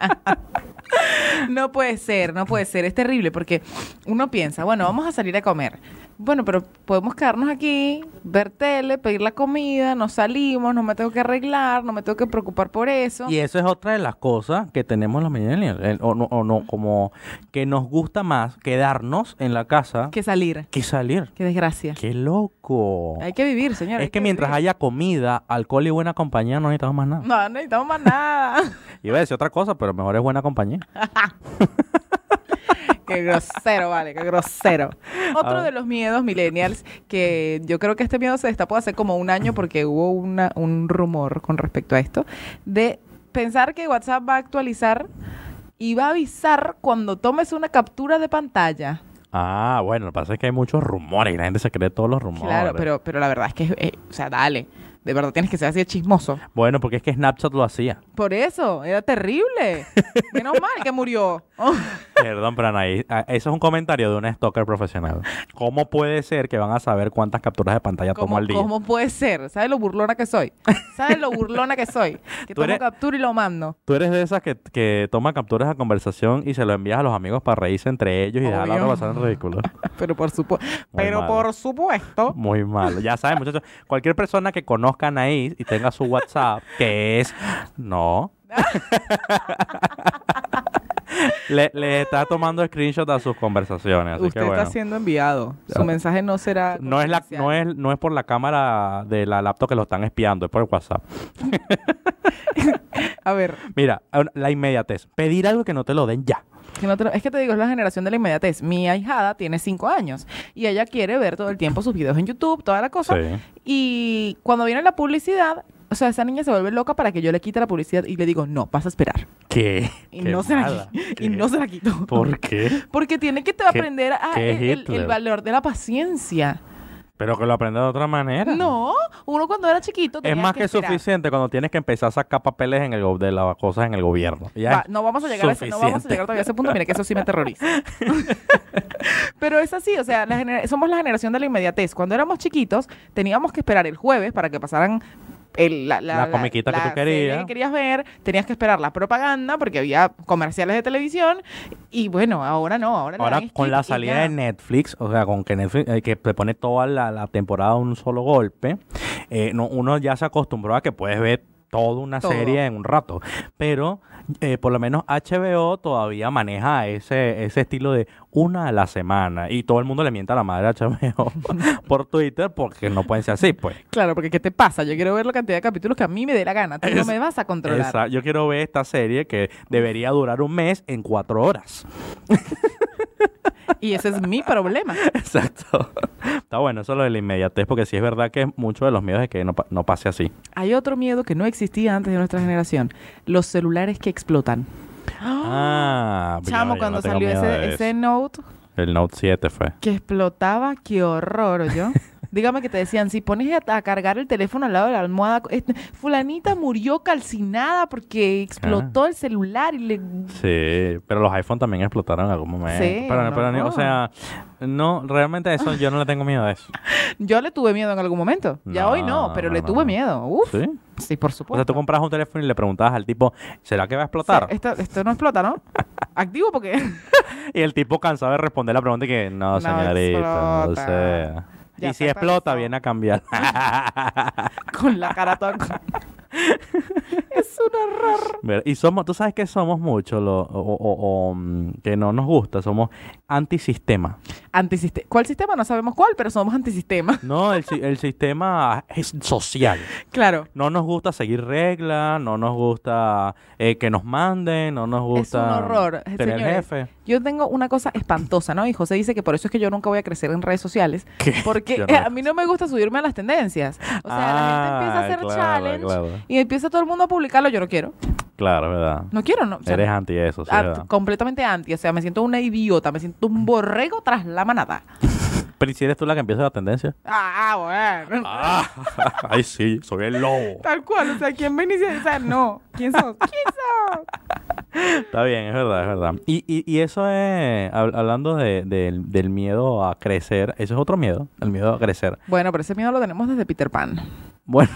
S2: no puede ser, no puede ser. Es terrible porque uno piensa, bueno, vamos a salir a comer. Bueno, pero podemos quedarnos aquí, ver tele, pedir la comida, nos salimos, no me tengo que arreglar, no me tengo que preocupar por eso.
S1: Y eso es otra de las cosas que tenemos los millennials, el- o, no, o no, como que nos gusta más quedarnos en la casa
S2: Que salir.
S1: que salir.
S2: Qué desgracia.
S1: ¡Qué loco!
S2: Hay que vivir, señor. hay
S1: Es que mientras
S2: vivir.
S1: haya comida, alcohol y buena compañía, no necesitamos más nada.
S2: No, no necesitamos más nada.
S1: Iba a decir otra cosa, pero mejor es buena compañía.
S2: Qué grosero, vale, qué grosero.
S1: A
S2: Otro
S1: ver.
S2: de los miedos millennials que yo creo que este miedo se destapó hace como un año porque hubo una, un rumor con respecto a esto, de pensar que WhatsApp va a actualizar y va a avisar cuando tomes una captura de pantalla.
S1: Ah, bueno, lo que pasa es que hay muchos rumores y la gente se cree todos los rumores.
S2: Claro, pero, pero la verdad es que, eh, o sea, dale, de verdad tienes que ser así de chismoso.
S1: Bueno, porque es que Snapchat lo hacía.
S2: Por eso, era terrible. Menos mal que murió.
S1: Perdón, pero Anaí, ah, eso es un comentario de un stalker profesional. ¿Cómo puede ser que van a saber cuántas capturas de pantalla tomo
S2: ¿Cómo,
S1: al día?
S2: cómo puede ser? ¿Sabes lo burlona que soy? ¿Sabes lo burlona que soy? Que
S1: Tú
S2: tomo
S1: eres-
S2: captura y lo mando.
S1: Tú eres de esas que, que toma capturas a conversación y se lo envías a los amigos para reírse entre ellos y dejar a la otra
S2: Obvio.
S1: persona en ridículo.
S2: Pero por supuesto.
S1: Muy
S2: Pero
S1: malo.
S2: por supuesto.
S1: Muy malo. Ya saben, muchachos, cualquier persona que conozca a Anaís y tenga su WhatsApp, que es no. le, le está tomando screenshot a sus conversaciones. Así
S2: Usted
S1: que bueno.
S2: está siendo enviado.
S1: Ya.
S2: Su mensaje no será.
S1: No es, la,
S2: confidencial.
S1: no, es, no es por la cámara de la laptop que lo están espiando, es por el WhatsApp.
S2: A ver,
S1: Mira, ahora, la inmediatez. Pedir algo que no te lo den ya.
S2: que no te lo- es que te digo, es la generación de la inmediatez. Mi ahijada tiene cinco años y ella quiere ver todo el tiempo sus videos en YouTube, toda la cosa. Y cuando viene la publicidad, o sea, esa niña se vuelve loca para que yo le quite la publicidad y le digo, no, vas a esperar.
S1: ¿Qué?
S2: Y
S1: Qué
S2: no se la
S1: mala.
S2: qui-
S1: ¿Qué?
S2: y no se la quito.
S1: ¿Por qué?
S2: Porque tiene que te
S1: ¿Qué-
S2: aprender a
S1: qué
S2: el, el-
S1: Hitler?
S2: el valor de la paciencia.
S1: Pero que lo aprenda de otra manera.
S2: No, uno cuando era chiquito
S1: Es
S2: tenía
S1: más que,
S2: esperar.
S1: suficiente cuando tienes que empezar a sacar papeles en el, go- de las cosas en el gobierno. Ya
S2: Va,
S1: es
S2: no vamos a llegar a ese, no vamos a
S1: suficiente.
S2: llegar todavía a ese punto, mira que eso sí me aterroriza. Pero es así, o sea, la genera- somos la generación de la inmediatez. Cuando éramos chiquitos teníamos que esperar el jueves para que pasaran el- la,
S1: La comiquita que tú
S2: serie
S1: querías.
S2: que querías ver, tenías que esperar la propaganda porque había comerciales de televisión y bueno, ahora no, ahora, le
S1: Ahora
S2: dan
S1: con
S2: skip
S1: la
S2: y
S1: salida
S2: ya.
S1: de Netflix, o sea, con que Netflix eh, que te pone toda la, la temporada a un solo golpe, eh, no, uno ya se acostumbró a que puedes ver toda una
S2: Todo.
S1: serie en un rato. Pero eh, por lo menos HBO todavía maneja ese, ese estilo de una a la semana. Y todo el mundo le mienta a la madre a HBO por Twitter porque no pueden ser así, pues.
S2: Claro, porque ¿qué te pasa? Yo quiero ver la cantidad de capítulos que a mí me dé la gana. Tú no
S1: Es-
S2: me vas a controlar.
S1: Esa- yo quiero ver esta serie que debería durar un mes en cuatro horas.
S2: Y ese es mi problema.
S1: Exacto. Está bueno, eso lo de la inmediatez, porque sí es verdad que muchos de los miedos es que no, pa- no pase así.
S2: Hay otro miedo que no existía antes de nuestra generación. Los celulares que explotan.
S1: Ah, pues ya,
S2: Chamo,
S1: yo
S2: cuando
S1: no tengo
S2: salió
S1: miedo
S2: ese,
S1: de
S2: ese
S1: eso.
S2: Note
S1: El Note 7 fue.
S2: que explotaba, qué horror, yo. Dígame que te decían, si pones a, a cargar el teléfono al lado de la almohada, este, fulanita murió calcinada porque
S1: Ah.
S2: explotó el celular y le...
S1: Sí, pero los iPhone también explotaron en algún momento.
S2: Sí,
S1: pero, pero ni-
S2: no.
S1: o sea, no, realmente eso yo no le tengo miedo a eso.
S2: Yo le tuve miedo en algún momento. Ya
S1: No,
S2: hoy no, pero
S1: no,
S2: le
S1: no,
S2: tuve
S1: no.
S2: miedo. Uf.
S1: ¿Sí?
S2: Sí, por
S1: O
S2: supuesto.
S1: sea, tú compras un teléfono y le preguntabas al tipo, ¿será que va a explotar?
S2: O sea, esto, esto no explota, ¿no? Activo porque
S1: Y el tipo cansado de responder la pregunta y que no,
S2: No
S1: señorita, no
S2: explota.
S1: sé.
S2: Ya
S1: y si
S2: está
S1: explota,
S2: atrasado.
S1: viene a cambiar.
S2: con la cara toda... con- es un horror.
S1: Ver, y somos, tú sabes que somos muchos, o, o- o, mm, que no nos gusta, somos antisistema.
S2: Antisistema. ¿Cuál sistema? No sabemos cuál, pero somos antisistema.
S1: No, el, si- el sistema es social.
S2: Claro.
S1: No nos gusta seguir reglas, no nos gusta eh, que nos manden, no nos gusta
S2: horror, eh,
S1: tener
S2: señores.
S1: jefe.
S2: Yo tengo una cosa espantosa, ¿no? Y José dice que por eso es que yo nunca voy a crecer en redes sociales.
S1: ¿Qué?
S2: Porque
S1: Yo no
S2: eh,
S1: voy a
S2: a mí no me gusta subirme a las tendencias. O sea, la gente empieza a
S1: Ah,
S2: hacer
S1: claro,
S2: challenge
S1: claro.
S2: y empieza todo el mundo a publicarlo. Yo no quiero.
S1: Claro, es verdad.
S2: No quiero, no. O sea,
S1: Eres anti eso, sí,
S2: ah,
S1: verdad.
S2: completamente anti. O sea, me siento una idiota, me siento un borrego tras la manada.
S1: Pero ¿y si eres tú la que empieza la tendencia.
S2: Ah, bueno.
S1: Ah, ay sí, soy el lobo.
S2: Tal cual. O sea, ¿quién me inicia? O sea, no. ¿Quién sos? ¿Quién sos?
S1: Está bien, es verdad, es verdad. Y, y, y eso es, hab- hablando de, del- del miedo a crecer, eso es otro miedo, el miedo a crecer.
S2: Bueno, pero ese miedo lo tenemos desde Peter Pan.
S1: Bueno,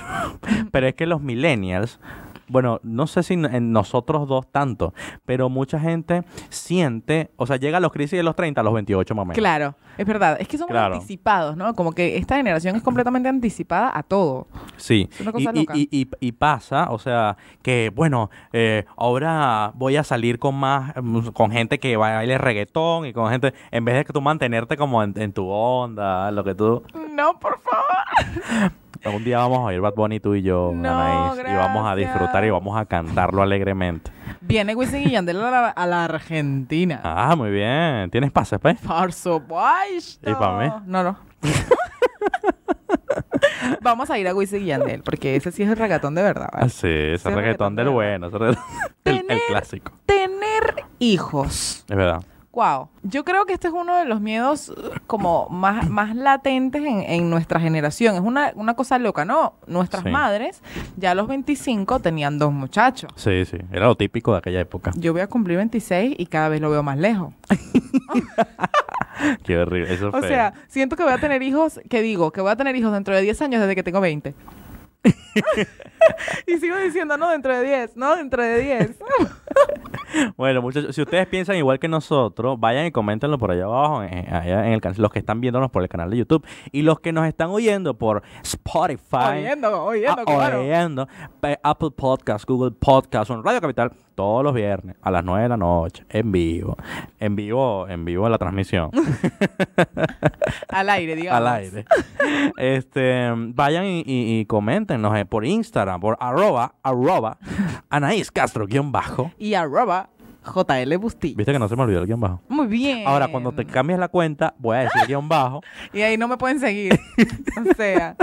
S1: pero es que los millennials, bueno, no sé si n- en nosotros dos tanto, pero mucha gente siente, o sea, llega a los crisis de los 30 a los 28 más o menos.
S2: Claro, es verdad. Es que somos
S1: Claro.
S2: anticipados, ¿no? Como que esta generación es completamente anticipada a todo.
S1: Sí.
S2: Es una
S1: y,
S2: cosa
S1: y-
S2: loca.
S1: y- y- y pasa, o sea, que bueno, eh, ahora voy a salir con más, mm, con gente que baile reggaetón y con gente, en vez de que tú mantenerte como en, en tu onda, lo que tú,
S2: No, por favor.
S1: un día vamos a oír Bad Bunny tú y yo,
S2: No,
S1: Anaís, y vamos a
S2: gracias.
S1: disfrutar y vamos a cantarlo alegremente.
S2: Viene Wisin y Yandel a la, a la Argentina.
S1: Ah, muy bien, tienes pases, pues.
S2: Por supuesto.
S1: ¿Y pa' mí?
S2: No, no. Vamos a ir a Wisin y Yandel, porque ese sí es el regatón de verdad. ¿vale?
S1: Ah, sí, ese
S2: Sí,
S1: reggaetón
S2: reggaetón
S1: del
S2: de-
S1: bueno, ese reggaetón- el, el
S2: Tener-
S1: clásico,
S2: Tener hijos.
S1: es verdad.
S2: Wow. Yo creo que este es uno de los miedos eh, como más, más latentes en, en nuestra generación. Es una, una cosa loca, ¿no? Nuestras
S1: Sí.
S2: madres ya a los 25 tenían dos muchachos.
S1: Sí, sí, era lo típico de aquella época.
S2: Yo voy a cumplir 26 y cada vez lo veo más lejos.
S1: Qué horrible, eso
S2: O
S1: fue-
S2: sea, siento que voy a tener hijos, que digo, que voy a tener hijos dentro de 10 años desde que tengo 20. y sigo diciendo, no, dentro de 10, no, dentro de 10.
S1: Bueno, muchachos, si ustedes piensan igual que nosotros, vayan y coméntenlo por allá abajo, en, en- allá en el can- los que están viéndonos por el canal de YouTube y los que nos están oyendo por Spotify,
S2: oyendo, oyendo,
S1: ah,
S2: claro.
S1: oyendo, pe- Apple Podcast, Google Podcast, en Radio Capital, todos los viernes a las 9 de la noche, en vivo, en vivo, en vivo la transmisión,
S2: Al aire, digamos.
S1: al aire. Este, vayan y, y- y coméntenos eh, por Instagram, por arroba, arroba, Anaís Castro, guión bajo.
S2: Y arroba JL Bustillo.
S1: Viste que no se me olvidó el guión bajo.
S2: Muy bien.
S1: Ahora, cuando
S2: Em.
S1: te cambies la cuenta, voy a decir guión bajo.
S2: Y ahí no me pueden seguir. o sea.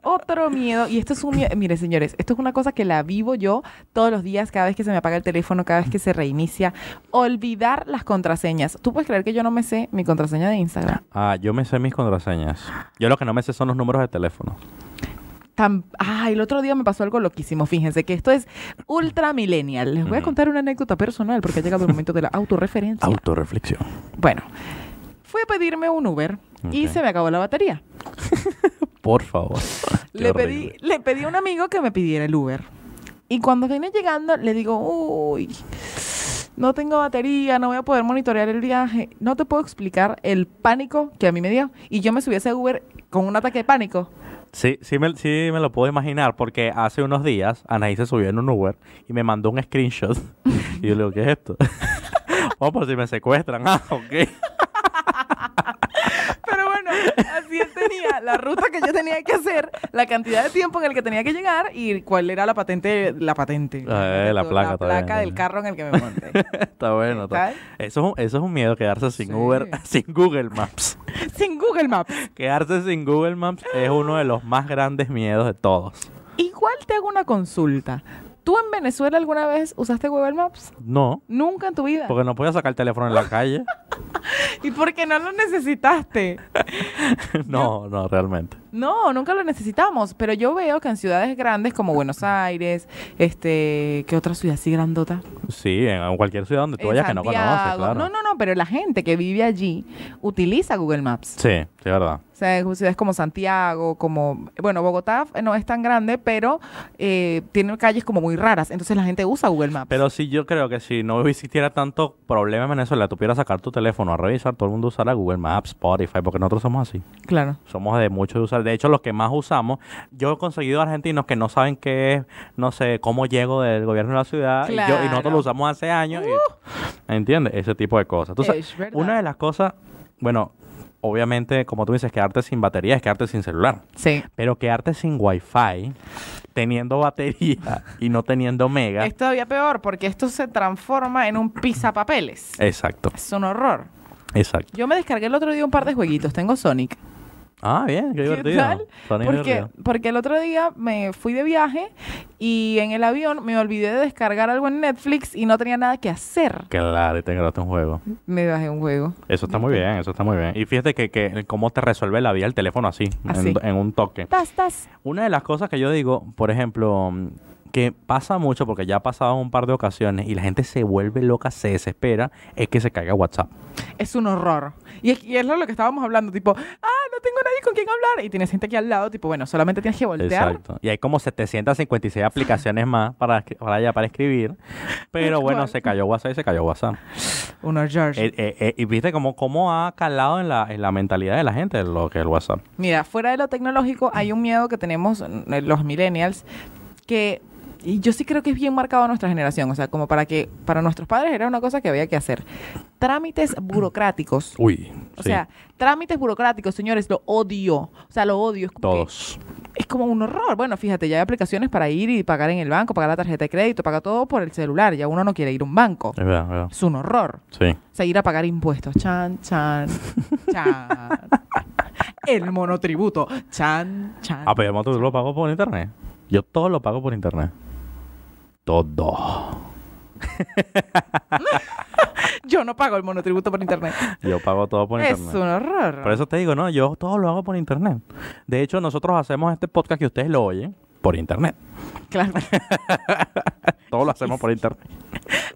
S2: Otro miedo, y esto es un miedo, mire señores, esto es una cosa que la vivo yo todos los días, cada vez que se me apaga el teléfono, cada vez que se reinicia, olvidar las contraseñas. ¿Tú puedes creer que yo no me sé mi contraseña de Instagram?
S1: Ah, yo me sé mis contraseñas. Yo lo que no me sé son los números de teléfono.
S2: Tan, ah, el otro día me pasó algo loquísimo, fíjense que esto es ultra millennial. Les voy a
S1: Ujú.
S2: contar una anécdota personal porque ha llegado el momento de la autorreferencia.
S1: Autoreflexión.
S2: bueno, fui a pedirme un Uber y
S1: Ok.
S2: se me acabó la batería.
S1: Por favor. Qué
S2: le pedí,
S1: horrible.
S2: le pedí a un amigo que me pidiera el Uber. Y cuando viene llegando, le digo, uy, no tengo batería, no voy a poder monitorear el viaje. No te puedo explicar el pánico que a mí me dio. Y yo me subí a ese Uber con un ataque de pánico.
S1: Sí, sí me, sí me lo puedo imaginar porque hace unos días Anaí se subió en un Uber y me mandó un screenshot. y yo le digo, ¿qué es esto? Oh, por si me secuestran. Ah, ok.
S2: Pero bueno, así él tenía la ruta que yo tenía que hacer, la cantidad de tiempo en el que tenía que llegar y cuál era la patente, la patente.
S1: Ah, eh, la placa, está bien, está
S2: del
S1: bien.
S2: carro en el que me monté.
S1: Está bueno. está-
S2: ¿Está?
S1: Eso, es un- eso es un miedo, quedarse sin
S2: Sí.
S1: Uber, sin Google Maps.
S2: Sin Google Maps.
S1: Quedarse sin Google Maps es uno de los más grandes miedos de todos.
S2: Igual te hago una consulta. ¿Tú en Venezuela alguna vez usaste Google Maps?
S1: No,
S2: Nunca en tu vida.
S1: Porque no podía sacar el teléfono en la calle.
S2: ¿Y por qué no lo necesitaste?
S1: No, no, realmente.
S2: No, nunca lo necesitamos, pero yo veo que en ciudades grandes como Buenos Aires, este, ¿qué otra ciudad así grandota?
S1: Sí, en cualquier ciudad donde tú
S2: En
S1: vayas que no conoces,
S2: Santiago.
S1: claro.
S2: No, no, no, pero la gente que vive allí utiliza Google Maps.
S1: Sí, sí, verdad.
S2: O sea, en ciudades como Santiago, como, bueno, Bogotá eh, no es tan grande, pero eh, tiene calles como muy raras, entonces la gente usa Google Maps.
S1: Pero sí, yo creo que si no existiera tanto problema en Venezuela, tú pudieras sacar tu teléfono a revisar, todo el mundo usara Google Maps, Spotify, porque nosotros somos así.
S2: claro.
S1: Somos de mucho de usar. De hecho, los que más usamos, yo he conseguido argentinos que no saben qué es, no sé, cómo llego del gobierno de la ciudad, y, yo, y nosotros
S2: Claro. Uh.
S1: lo usamos hace años. y- ¿Entiendes? Ese tipo de cosas. Tú sabes,
S2: Es verdad.
S1: una de las cosas, bueno, obviamente, como tú dices, quedarte sin batería es quedarte sin celular.
S2: Sí.
S1: Pero quedarte sin wifi, teniendo batería y no teniendo mega.
S2: Es todavía peor porque esto se transforma en un pisapapeles.
S1: Exacto,
S2: Es un horror.
S1: exacto.
S2: Yo me descargué el otro día un par de jueguitos. Tengo Sonic.
S1: Ah, bien, qué divertido.
S2: tal?
S1: Sonic
S2: Porque,
S1: divertido.
S2: porque el otro día me fui de viaje y en el avión me olvidé de descargar algo en Netflix y no tenía nada que hacer.
S1: Claro, y te grabaste un juego.
S2: Me bajé un juego.
S1: Eso está muy bien, eso está muy bien. Y fíjate que, que cómo te resuelve la vida el teléfono así, en-
S2: Así.
S1: En, un toque.
S2: Tas, tas.
S1: Una de las cosas que yo digo, por ejemplo, mm, que pasa mucho, porque ya ha pasado un par de ocasiones y la gente se vuelve loca, se desespera, es que se caiga WhatsApp.
S2: Es un horror. Y es, y es lo que estábamos hablando, tipo, ah, no tengo nadie con quien hablar. Y tienes gente aquí al lado, tipo, bueno, solamente tienes que voltear.
S1: Exacto. Y hay como 756 aplicaciones más para, escri- para, allá, para escribir. Pero
S2: Tal
S1: bueno,
S2: cual.
S1: se cayó WhatsApp y se cayó WhatsApp.
S2: Un horror.
S1: Eh, eh, eh, y viste cómo, cómo ha calado en la, en la mentalidad de la gente lo que es el WhatsApp.
S2: Mira, fuera de lo tecnológico, hay un miedo que tenemos mm, los millennials que y yo sí creo que es bien marcado a nuestra generación, o sea, como para que para nuestros padres era una cosa que había que hacer. Trámites burocráticos.
S1: Uy,
S2: O sea, trámites burocráticos, señores, lo odio. O sea, lo odio. Es como que-
S1: todos.
S2: es como un horror. Bueno, fíjate, ya hay aplicaciones para ir y pagar en el banco, pagar la tarjeta de crédito, pagar todo por el celular. Ya uno no quiere ir a un banco.
S1: Es verdad, es verdad.
S2: Es un horror.
S1: Sí.
S2: O sea, ir a pagar impuestos. Chan, chan, chan. El monotributo. Chan, chan.
S1: Ah, pero tú lo pago por internet. Yo todo lo pago por internet. Todo.
S2: Yo no pago el monotributo por internet.
S1: Yo pago todo por
S2: Es
S1: internet.
S2: un horror.
S1: Por eso te digo, no, yo todo lo hago por internet. De hecho, nosotros hacemos este podcast que ustedes lo oyen por internet.
S2: Claro.
S1: Todo lo hacemos por internet.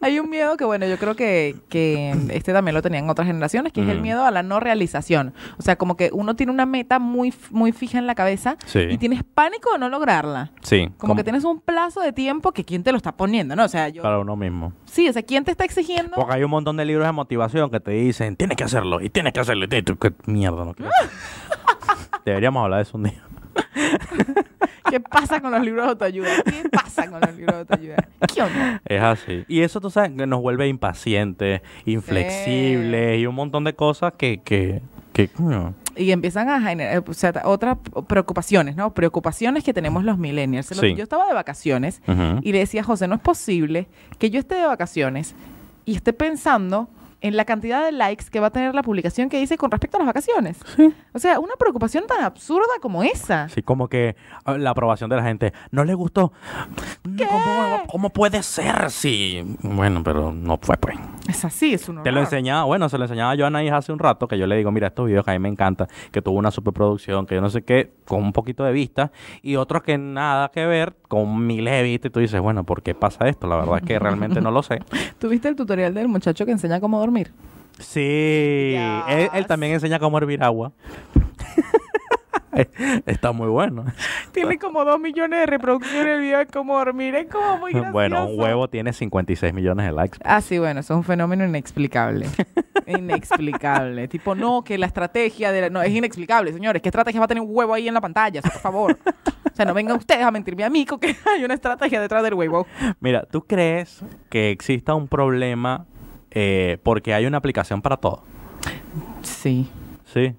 S2: Hay un miedo que, bueno, yo creo que, que este también lo tenían otras generaciones, que es el
S1: Ujú.
S2: miedo a la no realización. O sea, como que uno tiene una meta muy, f- muy fija en la cabeza y
S1: Sí.
S2: tienes pánico de no lograrla.
S1: Sí.
S2: Como, que tienes un plazo de tiempo que quién te lo está poniendo, ¿no? O sea, yo...
S1: Para uno mismo.
S2: Sí, o sea, ¿quién te está exigiendo?
S1: Porque hay un montón de libros de motivación que te dicen, tienes que hacerlo, y tienes que hacerlo, y tienes que... qué Mierda, no quiero hacerlo. Deberíamos hablar de eso un día.
S2: ¿Qué pasa con los libros de autoayuda? ¿Qué pasa con los libros de autoayuda? ¿Qué onda?
S1: Es así. Y eso, tú sabes, que nos vuelve impacientes, inflexibles y un montón de cosas que... que, que coño.
S2: Y empiezan a generar, eh, o sea, otras preocupaciones, ¿no? Preocupaciones que tenemos los millennials. Se lo-
S1: Sí.
S2: Yo estaba de vacaciones
S1: Ujú.
S2: y le decía, José, no es posible que yo esté de vacaciones y esté pensando en la cantidad de likes que va a tener la publicación que hice con respecto a las vacaciones. O sea, una preocupación tan absurda como esa.
S1: Sí, como que ah, la aprobación de la gente no le gustó. Mm, ¿Cómo, cómo puede ser si...? Bueno, pero no fue, pues.
S2: Es así, es un horror.
S1: Te lo enseñaba, bueno, se lo enseñaba yo a Anaís hace un rato, que yo le digo, mira, estos videos que a mí me encantan, que tuvo una superproducción, que yo no sé qué, con un poquito de vista, y otros que nada que ver, con miles de vistas, y tú dices, bueno, ¿por qué pasa esto? La verdad es que realmente no lo sé.
S2: ¿Tuviste el tutorial del muchacho que enseña cómo dormir?
S1: Sí, él, él también enseña cómo hervir agua. Está muy bueno.
S2: Tiene como dos millones de reproducciones el video de cómo dormir. Es como muy gracioso.
S1: Bueno, un huevo tiene 56 millones de likes.
S2: Ah, sí, bueno, eso es un fenómeno inexplicable. inexplicable. Tipo, no, que la estrategia de la... No, es inexplicable, señores. ¿Qué estrategia va a tener un huevo ahí en la pantalla? O sea, por favor. O sea, no vengan ustedes a mentirme a mí con que hay una estrategia detrás del huevo.
S1: Mira, ¿tú crees que exista un problema eh, porque hay una aplicación para todo?
S2: Sí.
S1: Sí.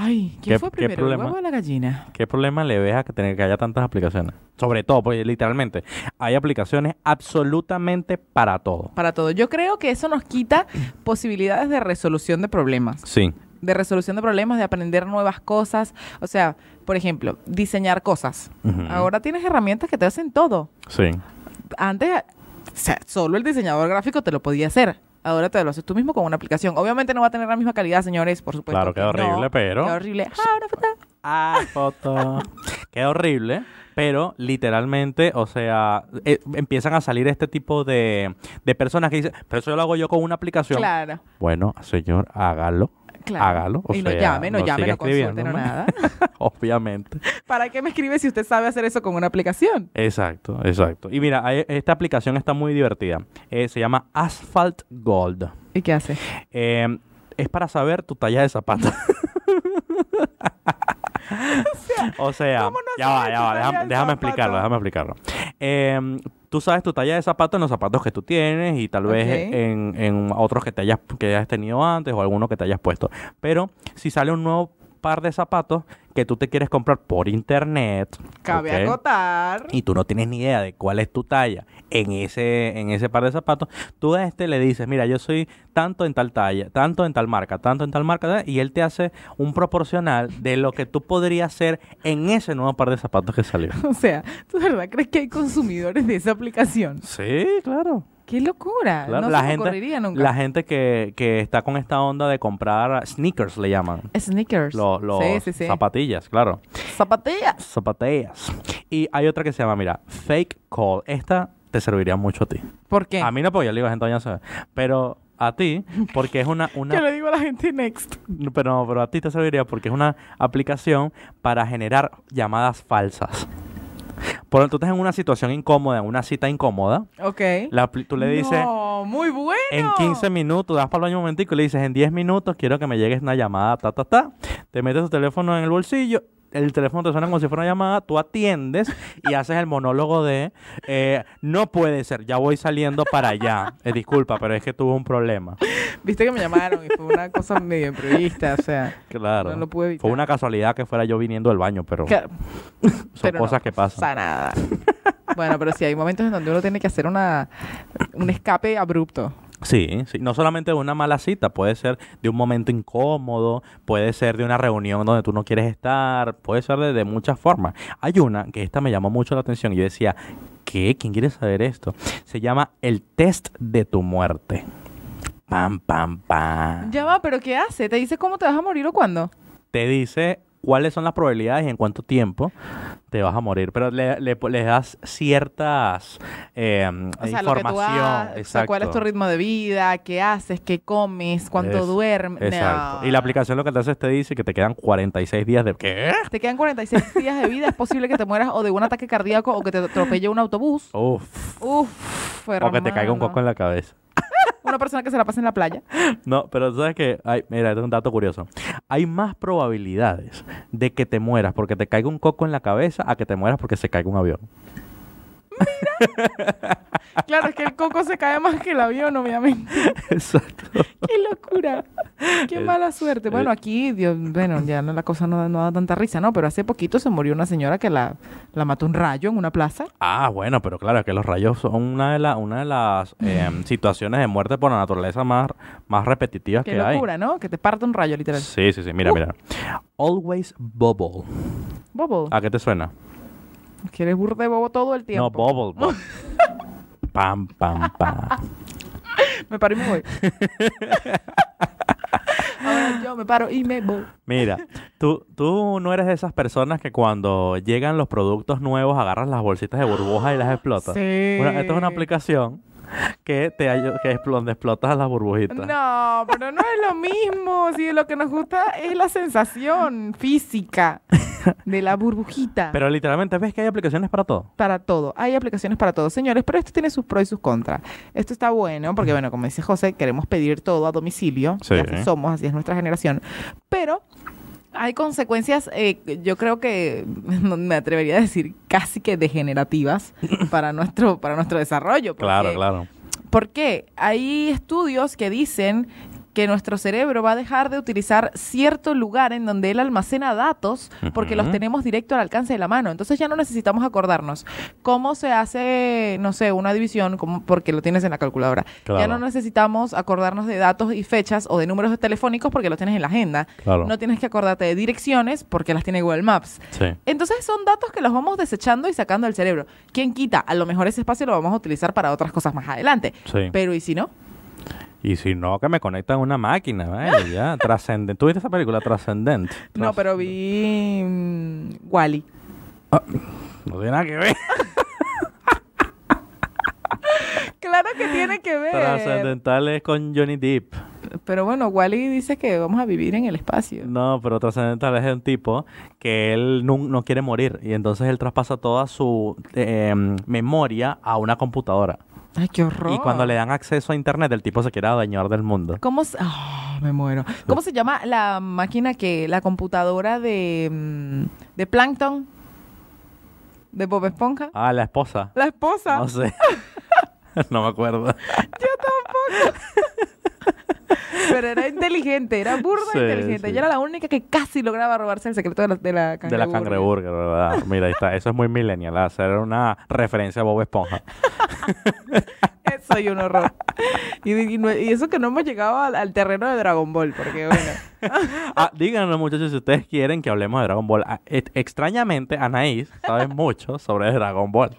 S2: Ay, ¿quién
S1: ¿Qué-
S2: fue
S1: qué
S2: primero, el
S1: problema?
S2: huevo o la gallina?
S1: ¿Qué problema le ves a que tener que haya tantas aplicaciones? Sobre todo, porque literalmente hay aplicaciones absolutamente para todo.
S2: Para todo. Yo creo que eso nos quita posibilidades de resolución de problemas.
S1: Sí.
S2: de resolución de problemas, de aprender nuevas cosas. O sea, por ejemplo, diseñar cosas.
S1: Ujú.
S2: Ahora tienes herramientas que te hacen todo.
S1: Sí.
S2: Antes, o sea, solo el diseñador gráfico te lo podía hacer. Ahora te lo haces tú mismo con una aplicación. Obviamente no va a tener la misma calidad, señores, por supuesto.
S1: Claro,
S2: que
S1: queda
S2: no.
S1: horrible, pero-
S2: Queda horrible. Ah, una foto.
S1: Ay, Ah, foto. Queda horrible, pero literalmente, o sea, eh, empiezan a salir este tipo de, de personas que dicen, pero eso yo lo hago yo con una aplicación.
S2: Claro,
S1: Bueno, señor, hágalo.
S2: claro.
S1: Hágalo, o
S2: y no
S1: sea,
S2: llame, no
S1: no
S2: llame,
S1: siga
S2: no consulte, no
S1: escribiéndome.
S2: nada.
S1: Obviamente.
S2: ¿Para qué me escribe si usted sabe hacer eso con una aplicación?
S1: Exacto, exacto. Y mira, hay- esta aplicación está muy divertida. Eh, se llama Asphalt Gold.
S2: ¿Y qué hace?
S1: Eh, es para saber tu talla de zapato. o sea,
S2: ¿cómo no
S1: ya va,
S2: sabes
S1: ya
S2: tu
S1: va,
S2: talla
S1: déjame,
S2: de
S1: déjame
S2: zapato?
S1: explicarlo, déjame explicarlo. Eh, tú sabes tu talla de zapato en los zapatos que tú tienes y tal vez
S2: Ok.
S1: en, en otros que te hayas, que hayas tenido antes o alguno que te hayas puesto. Pero si sale un nuevo par de zapatos que tú te quieres comprar por internet,
S2: Cabe
S1: ¿ok?
S2: acotar.
S1: y tú no tienes ni idea de cuál es tu talla en ese, en ese par de zapatos, tú a este le dices, mira, yo soy tanto en tal talla, tanto en tal marca, tanto en tal marca, ¿verdad? y él te hace un proporcional de lo que tú podrías ser en ese nuevo par de zapatos que salió.
S2: O sea, ¿tú de verdad crees que hay consumidores de esa aplicación?
S1: Sí, claro.
S2: ¡Qué locura!
S1: claro.
S2: no
S1: la,
S2: se me
S1: gente,
S2: ocurriría nunca.
S1: la gente que, que está con esta onda de comprar sneakers, le llaman.
S2: Sneakers.
S1: Los, los
S2: sí, sí, sí.
S1: zapatillas, claro.
S2: Zapatillas.
S1: Zapatillas. Y hay otra que se llama, mira, fake call. Esta te serviría mucho a ti.
S2: ¿Por qué?
S1: A mí no, porque yo le digo a gente doña Sara. Pero a ti, porque es una...
S2: Yo
S1: una
S2: le digo a la gente next.
S1: pero, pero a ti te serviría porque es una aplicación para generar llamadas falsas. Por ejemplo, tú estás en una situación incómoda, en una cita incómoda.
S2: Ok.
S1: la apli- tú le dices,
S2: No, muy bueno.
S1: en 15 minutos, das para el baño un momentico y le dices, en 10 minutos quiero que me llegues una llamada, ta, ta, ta. Te metes tu teléfono en el bolsillo, el teléfono te suena como si fuera una llamada, tú atiendes y haces el monólogo de, eh, no puede ser, ya voy saliendo para allá. Eh, disculpa, pero es que tuve un problema.
S2: Viste que me llamaron y fue una cosa medio imprevista, o sea.
S1: Claro.
S2: No lo pude evitar.
S1: Fue una casualidad que fuera yo viniendo del baño, pero
S2: Claro,
S1: son
S2: pero no
S1: cosas que pasan.
S2: pasa nada. Bueno, pero sí, hay momentos en donde uno tiene que hacer una un escape abrupto.
S1: Sí, sí. No solamente de una mala cita, puede ser de un momento incómodo, puede ser de una reunión donde tú no quieres estar, puede ser de, de muchas formas. Hay una que esta me llamó mucho la atención y yo decía, ¿qué? ¿Quién quiere saber esto? Se llama el test de tu muerte. Pam, pam, pam.
S2: Ya va, pero ¿qué hace? ¿Te dice cómo te vas a morir o cuándo?
S1: Te dice cuáles son las probabilidades y en cuánto tiempo te vas a morir. Pero le, le- le das ciertas eh,
S2: O sea, lo que
S1: información.
S2: tú haces, o sea, cuál es tu
S1: Exacto.
S2: ritmo de vida, qué haces, qué comes, cuánto
S1: Es-
S2: duermes.
S1: Exacto.
S2: No.
S1: Y la aplicación lo que te hace es te dice que te quedan 46 días de... ¿Qué?
S2: Te quedan 46 días de vida, es posible que te mueras o de un ataque cardíaco o que te atropelle un autobús.
S1: Uf.
S2: Uf,
S1: O que te caiga un
S2: hermano.
S1: coco en la cabeza.
S2: Una persona que se la pase en la playa.
S1: No, pero sabes que, ay, mira, esto es un dato curioso. Hay más probabilidades de que te mueras porque te caiga un coco en la cabeza a que te mueras porque se caiga un avión.
S2: Claro, es que el coco se cae más que el avión, obviamente.
S1: Exacto.
S2: ¡Qué locura! ¡Qué
S1: Eh,
S2: mala suerte! Bueno,
S1: eh.
S2: aquí, Dios, bueno, ya no, la cosa no, da- no da tanta risa, ¿no? Pero hace poquito se murió una señora que la, la mató un rayo en una plaza.
S1: Ah, bueno, pero claro, es que los rayos son una de, la- una de las eh, situaciones de muerte por la naturaleza más, más repetitivas
S2: ¡Qué
S1: que
S2: locura, ¿no? Que te parte un rayo,
S1: hay.
S2: literal.
S1: Ah, Sí, sí, sí. Mira,
S2: Uh.
S1: mira. Always bubble.
S2: Bobo,
S1: ¿A qué te suena?
S2: ¿quieres burro de bobo todo el tiempo?
S1: Ah. No, bubble. bu- pam, pam, pam.
S2: Me paro y me voy. Ahora yo me paro y me voy.
S1: Mira, tú, tú no eres de esas personas que cuando llegan los productos nuevos agarras las bolsitas de burbujas y las explotas.
S2: Sí.
S1: Bueno, esta es una aplicación que te ayu- que es donde explotas las burbujitas.
S2: No, pero no es lo mismo. Si lo que nos gusta es la sensación física de la burbujita.
S1: Pero literalmente ves que hay aplicaciones para todo.
S2: para todo. Hay aplicaciones para todo, señores, pero esto tiene sus pros y sus contras. Esto está bueno, porque bueno, como dice José, queremos pedir todo a domicilio,
S1: Sí.
S2: y así somos, así es nuestra generación, pero hay consecuencias, eh, yo creo que no me atrevería a decir casi que degenerativas para nuestro para nuestro desarrollo. porque-
S1: Claro, claro.
S2: Porque hay estudios que dicen que nuestro cerebro va a dejar de utilizar cierto lugar en donde él almacena datos porque los
S1: Ujú.
S2: tenemos directo al alcance de la mano. Entonces ya no necesitamos acordarnos cómo se hace, no sé, una división cómo- porque lo tienes en la calculadora. Ya
S1: Claro.
S2: no necesitamos acordarnos de datos y fechas o de números telefónicos porque los tienes en la agenda.
S1: Claro.
S2: No tienes que acordarte de direcciones porque las tiene Google Maps.
S1: Sí.
S2: Entonces son datos que los vamos desechando y sacando del cerebro. ¿Quién quita? A lo mejor ese espacio lo vamos a utilizar para otras cosas más adelante.
S1: Sí.
S2: Pero ¿y si no?
S1: Y si no, que me conectan a una máquina, ¿vale? ya, trascendente. ¿Tú viste esa película? Trascendente.
S2: No, pero vi mm, Wally.
S1: No tiene nada que ver.
S2: Claro que tiene que ver.
S1: Trascendental es con Johnny Depp.
S2: Pero bueno, Wally dice que vamos a vivir en el espacio.
S1: No, pero trascendental es un tipo que él nu- no, quiere morir. Y entonces él traspasa toda su eh, memoria a una computadora.
S2: Ay, qué horror.
S1: Y cuando le dan acceso a internet, el tipo se quiere adueñar del mundo.
S2: ¿Cómo se... ah, me muero. ¿Cómo se llama la máquina que... La computadora de... mm, De Plankton? De Bob Esponja?
S1: Ah, la esposa.
S2: La esposa.
S1: No sé. no me acuerdo.
S2: Pero era inteligente, era burda
S1: Sí,
S2: inteligente.
S1: sí.
S2: Ella era la única que casi lograba robarse el secreto de la, de la
S1: De la
S2: cangreburger.
S1: cangreburger, ¿verdad? Mira, ahí está. Eso es muy millennial. Hacer una referencia a Bob Esponja.
S2: Soy un horror. Y, y no- y eso que no hemos llegado al, al terreno de Dragon Ball, porque bueno.
S1: Ah, díganos, muchachos, si ustedes quieren que hablemos de Dragon Ball. Ah, e- Extrañamente, Anaís sabe mucho sobre Dragon Ball.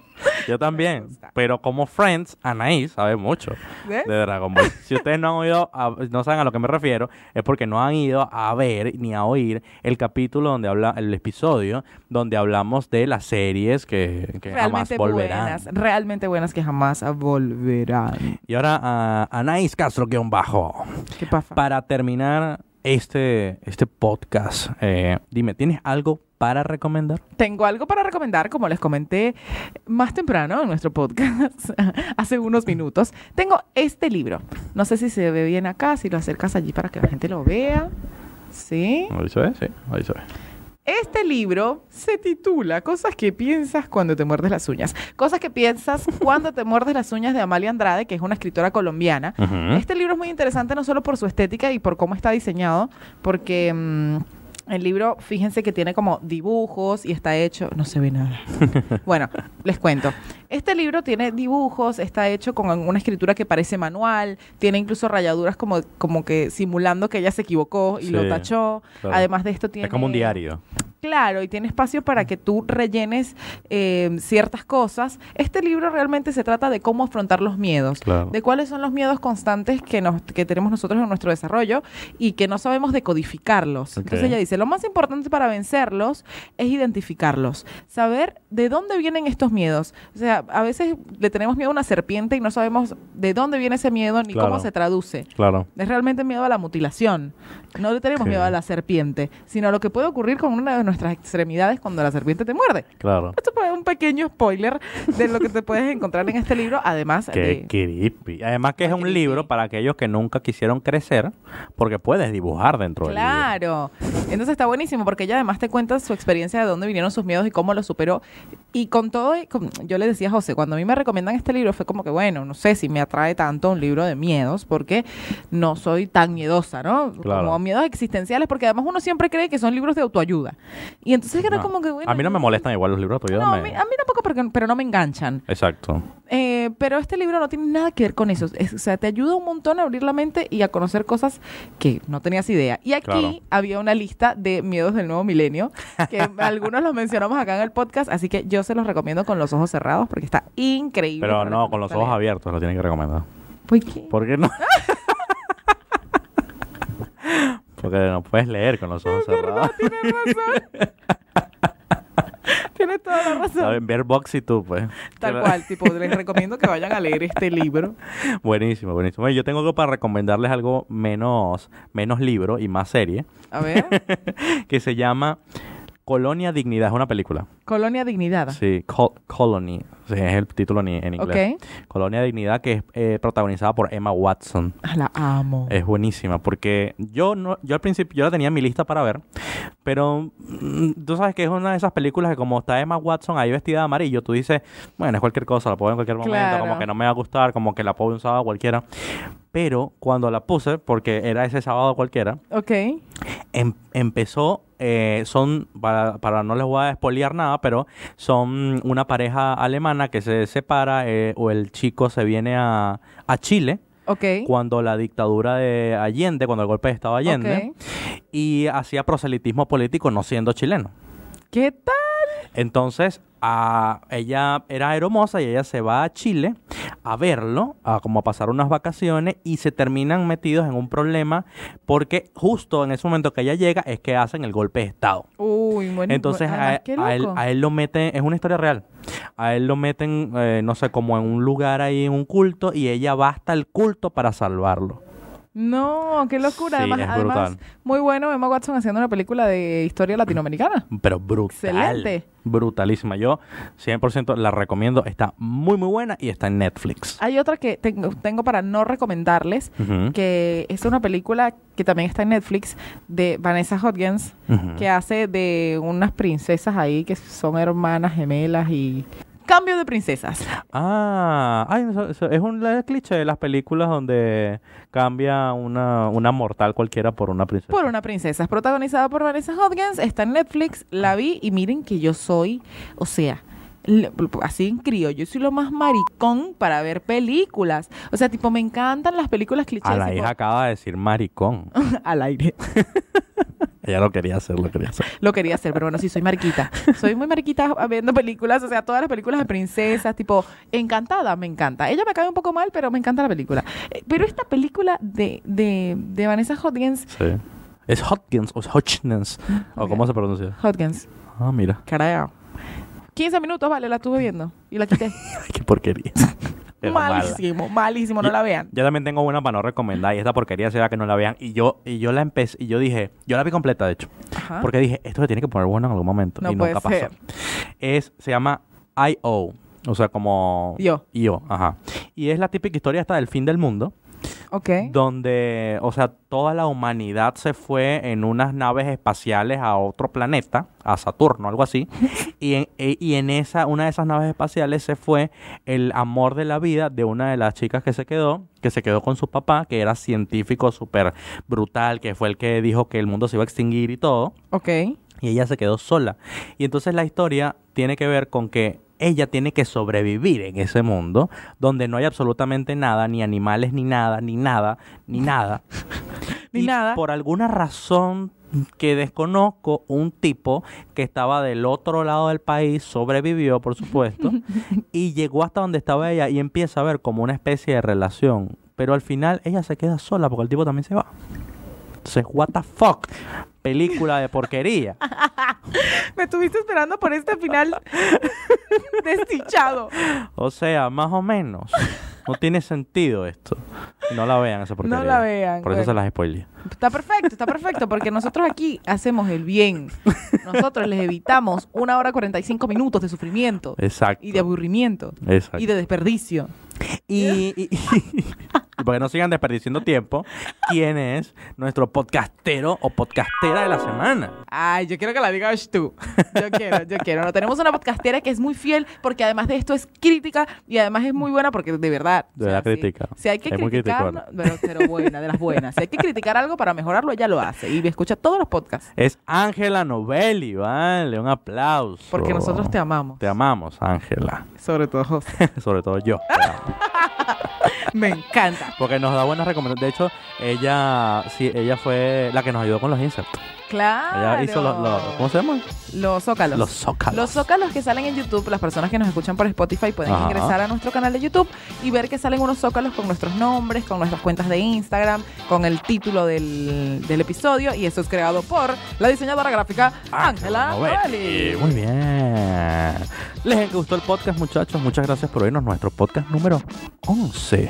S1: Yo también.
S2: gusta.
S1: Pero como Friends, Anaís sabe mucho
S2: ¿ves?
S1: de Dragon Ball. Si ustedes no han oído, a- no saben a lo que me refiero, es porque no han ido a ver ni a oír el capítulo donde habla, el episodio donde hablamos de las series que, que jamás
S2: Realmente
S1: volverán.
S2: buenas, realmente buenas que jamás volverán.
S1: Y ahora a Anaís Castro, guión bajo.
S2: Qué pafa.
S1: Para terminar este, este podcast, eh, dime, ¿tienes algo para recomendar?
S2: Tengo algo para recomendar, como les comenté más temprano en nuestro podcast, hace unos minutos. Tengo este libro. No sé si se ve bien acá, si lo acercas allí para que la gente lo vea. ¿Sí?
S1: Ahí se ve, ¿eh? sí, ahí se ve.
S2: Este libro se titula Cosas que piensas cuando te muerdes las uñas. Cosas que piensas cuando te muerdes las uñas de Amalia Andrade, que es una escritora colombiana. Este libro es muy interesante no solo por su estética y por cómo está diseñado, porque mm, el libro, fíjense que tiene como dibujos y está hecho, no se ve nada. bueno, les cuento. Este libro tiene dibujos, está hecho con una escritura que parece manual, tiene incluso rayaduras como, como que simulando que ella se equivocó y lo
S1: Sí,
S2: tachó.
S1: claro.
S2: Además de esto tiene...
S1: Es como un diario.
S2: Claro, y tiene espacio para que tú rellenes eh, ciertas cosas. Este libro realmente se trata de cómo afrontar los miedos,
S1: Claro.
S2: de cuáles son los miedos constantes que, nos, que tenemos nosotros en nuestro desarrollo y que no sabemos decodificarlos. Entonces
S1: Ok.
S2: ella dice, lo más importante para vencerlos es identificarlos, saber de dónde vienen estos miedos. O sea, a veces le tenemos miedo a una serpiente y no sabemos de dónde viene ese miedo ni cómo
S1: Claro.
S2: se traduce.
S1: Claro.
S2: Es realmente miedo a la mutilación. No le tenemos
S1: Ok.
S2: miedo a la serpiente, sino a lo que puede ocurrir con una de nuestras extremidades cuando la serpiente te muerde.
S1: Claro.
S2: Esto fue un pequeño spoiler de lo que te puedes encontrar en este libro, además
S1: Qué
S2: de...
S1: creepy. Además que es un
S2: creepy.
S1: libro para aquellos que nunca quisieron crecer, porque puedes dibujar dentro del libro.
S2: Claro. Entonces está buenísimo porque ella además te cuenta su experiencia de dónde vinieron sus miedos y cómo los superó. Y con todo, y con- yo le decía a José, cuando a mí me recomiendan este libro fue como que, bueno, no sé si me atrae tanto un libro de miedos porque no soy tan miedosa, ¿no?
S1: Claro.
S2: Como miedos existenciales porque además uno siempre cree que son libros de autoayuda. Y entonces era
S1: No,
S2: como que, bueno...
S1: a mí no me molestan igual los libros, todavía
S2: No, a
S1: me-
S2: mí, a mí tampoco, porque, pero no me enganchan.
S1: Exacto.
S2: Eh, pero este libro no tiene nada que ver con eso. Es- o sea, te ayuda un montón a abrir la mente y a conocer cosas que no tenías idea. Y aquí
S1: Claro.
S2: había una lista de miedos del nuevo milenio, que algunos los mencionamos acá en el podcast, así que yo se los recomiendo con los ojos cerrados porque está increíble.
S1: Pero
S2: para
S1: no, con los
S2: tarea.
S1: ojos abiertos lo tienen que recomendar.
S2: ¿Por qué?
S1: ¿Por qué no? Porque no puedes leer con los ojos cerrados.
S2: Tienes razón. Tienes toda la razón.
S1: Saben ver box y tú, pues.
S2: Tal
S1: Pero-
S2: cual, tipo, les recomiendo que vayan a leer este libro.
S1: Buenísimo, buenísimo. Oye, Yo tengo algo para recomendarles algo menos, menos libro y más serie,
S2: A ver,
S1: que se llama Colonia Dignidad. Es una película.
S2: Colonia Dignidad.
S1: Sí, Col- Colony. Sí, es el título ni- en
S2: ok.
S1: inglés. Colonia Dignidad, que es eh, protagonizada por Emma Watson.
S2: Ah, La amo.
S1: Es buenísima porque yo no, yo al principio yo la tenía en mi lista para ver, pero mm, tú sabes que es una de esas películas que como está Emma Watson ahí vestida de amarillo, tú dices, bueno, es cualquier cosa, la puedo ver en cualquier momento,
S2: Claro.
S1: como que no me va a gustar, como que la puedo ver un sábado cualquiera. Pero cuando la puse, porque era ese sábado cualquiera,
S2: Ok.
S1: em- empezó, eh, son, para, para no les voy a espolear nada, pero son una pareja alemana que se separa eh, o el chico se viene a, a Chile
S2: Ok.
S1: cuando la dictadura de Allende, cuando el golpe de Estado de Allende,
S2: Ok.
S1: y hacía proselitismo político no siendo chileno.
S2: ¿Qué tal?
S1: Entonces, a- ella era hermosa y ella se va a Chile a verlo, a como a pasar unas vacaciones y se terminan metidos en un problema porque justo en ese momento que ella llega es que hacen el golpe de Estado.
S2: Uy, bueno.
S1: Entonces
S2: además,
S1: a,
S2: qué
S1: a él,
S2: loco.
S1: a él lo meten, es una historia real, a él lo meten, eh, no sé, como en un lugar ahí, en un culto, y ella va hasta el culto para salvarlo.
S2: No, qué locura.
S1: Sí,
S2: además,
S1: es
S2: además,
S1: brutal.
S2: muy bueno Emma Watson haciendo una película de historia latinoamericana.
S1: Pero brutal.
S2: Excelente.
S1: Brutalísima. Yo 100% la recomiendo. Está muy, muy buena y está en Netflix.
S2: Hay otra que tengo, tengo para no recomendarles,
S1: Ujú,
S2: Ah, que es una película que también está en Netflix de Vanessa Hudgens,
S1: ujú.
S2: que hace de unas princesas ahí que son hermanas gemelas y... Cambio de princesas.
S1: Ah, ay, eso- eso es un cliché de las películas donde cambia una, una mortal cualquiera por una princesa.
S2: Por una princesa. Es protagonizada por Vanessa Hudgens. Está en Netflix. La vi y miren que yo soy, o sea, l- así en crío, yo soy lo más maricón para ver películas. O sea, tipo, me encantan las películas clichés.
S1: A la
S2: tipo,
S1: hija acaba de decir maricón.
S2: al aire.
S1: Ella lo quería hacer, lo quería hacer.
S2: Lo quería hacer, pero bueno, sí, soy marquita. Soy muy marquita viendo películas, o sea, todas las películas de princesas, tipo, encantada, me encanta. Ella me cae un poco mal, pero me encanta la película. Eh, Pero esta película de, de, de Vanessa Hudgens,
S1: Sí. Es Hodgkins o es Hodgkins. ¿O cómo se pronuncia?
S2: Hudgens,
S1: Ah, mira.
S2: Carajo. 15 minutos, vale, la estuve viendo y la quité.
S1: Qué porquería. Era mala.
S2: malísimo, malísimo, no
S1: Y-
S2: la vean.
S1: Yo también tengo una para no recomendar y esta porquería será que no la vean. Y yo, y yo la empecé, y yo dije, yo la vi completa de hecho.
S2: Ajá.
S1: Porque dije, esto se tiene que poner bueno en algún momento.
S2: Ah. No
S1: y
S2: puede
S1: nunca
S2: ser.
S1: pasó. Es, se llama I.O. O sea, como
S2: Yo,
S1: I.O. Ajá. Y es la típica historia hasta del fin del mundo.
S2: ok.
S1: Donde, o sea, toda la humanidad se fue en unas naves espaciales a otro planeta, a Saturno, algo así. y, en, e- y en esa, una de esas naves espaciales se fue el amor de la vida de una de las chicas que se quedó, que se quedó con su papá, que era científico súper brutal, que fue el que dijo que el mundo se iba a extinguir y todo.
S2: Ok.
S1: Y ella se quedó sola. Y entonces la historia tiene que ver con que ella tiene que sobrevivir en ese mundo donde no hay absolutamente nada, ni animales, ni nada, ni nada, ni nada.
S2: Ni
S1: Y
S2: nada.
S1: Por alguna razón que desconozco, un tipo que estaba del otro lado del país sobrevivió, por supuesto, y llegó hasta donde estaba ella y empieza a ver como una especie de relación. Pero al final ella se queda sola porque el tipo también se va. Entonces, what the fuck? Película de porquería.
S2: Me estuviste esperando por este final desdichado.
S1: O sea, más o menos. No tiene sentido esto. No la vean esa porquería.
S2: la vean,
S1: Por eso
S2: bueno.
S1: se las spoilé.
S2: Está perfecto, está perfecto, porque nosotros aquí hacemos el bien. Nosotros les evitamos una hora 45 minutos de sufrimiento
S1: Exacto.
S2: y de aburrimiento
S1: Exacto.
S2: y de desperdicio.
S1: Y, y- y para que no sigan desperdiciando tiempo, ¿quién es nuestro podcastero o podcastera de la semana?
S2: Ay, yo quiero que la digas tú. Yo quiero, yo quiero. No, tenemos una podcastera que es muy fiel porque además de esto es crítica y además es muy buena porque de verdad.
S1: De verdad
S2: sí.
S1: crítica.
S2: Si hay que
S1: Es muy
S2: criticar,
S1: criticona.
S2: pero, pero buena, de las buenas. Si hay que criticar algo para mejorarlo, ella lo hace y escucha todos los podcasts
S1: Es Ángela Novelli, vale, un aplauso.
S2: porque nosotros te amamos.
S1: Te amamos, Ángela.
S2: Sobre todo, José.
S1: Sobre todo yo.
S2: Me encanta.
S1: Porque nos da buenas recomendaciones. De hecho, ella sí, ella fue la que nos ayudó con los insectos.
S2: Claro.
S1: Ella hizo los, los- ¿cómo se llama?
S2: Ah, Los zócalos.
S1: Los zócalos.
S2: Los zócalos que salen en YouTube, las personas que nos escuchan por Spotify pueden
S1: Ajá.
S2: ingresar a nuestro canal de YouTube y ver que salen unos zócalos con nuestros nombres, con nuestras cuentas de Instagram, con el título del, del episodio y eso es creado por la diseñadora gráfica
S1: Ah,
S2: Ángela Novelli.
S1: Eh, Muy bien. ¿Les gustó el podcast, muchachos? Muchas gracias por oírnos. Nuestro podcast número 11.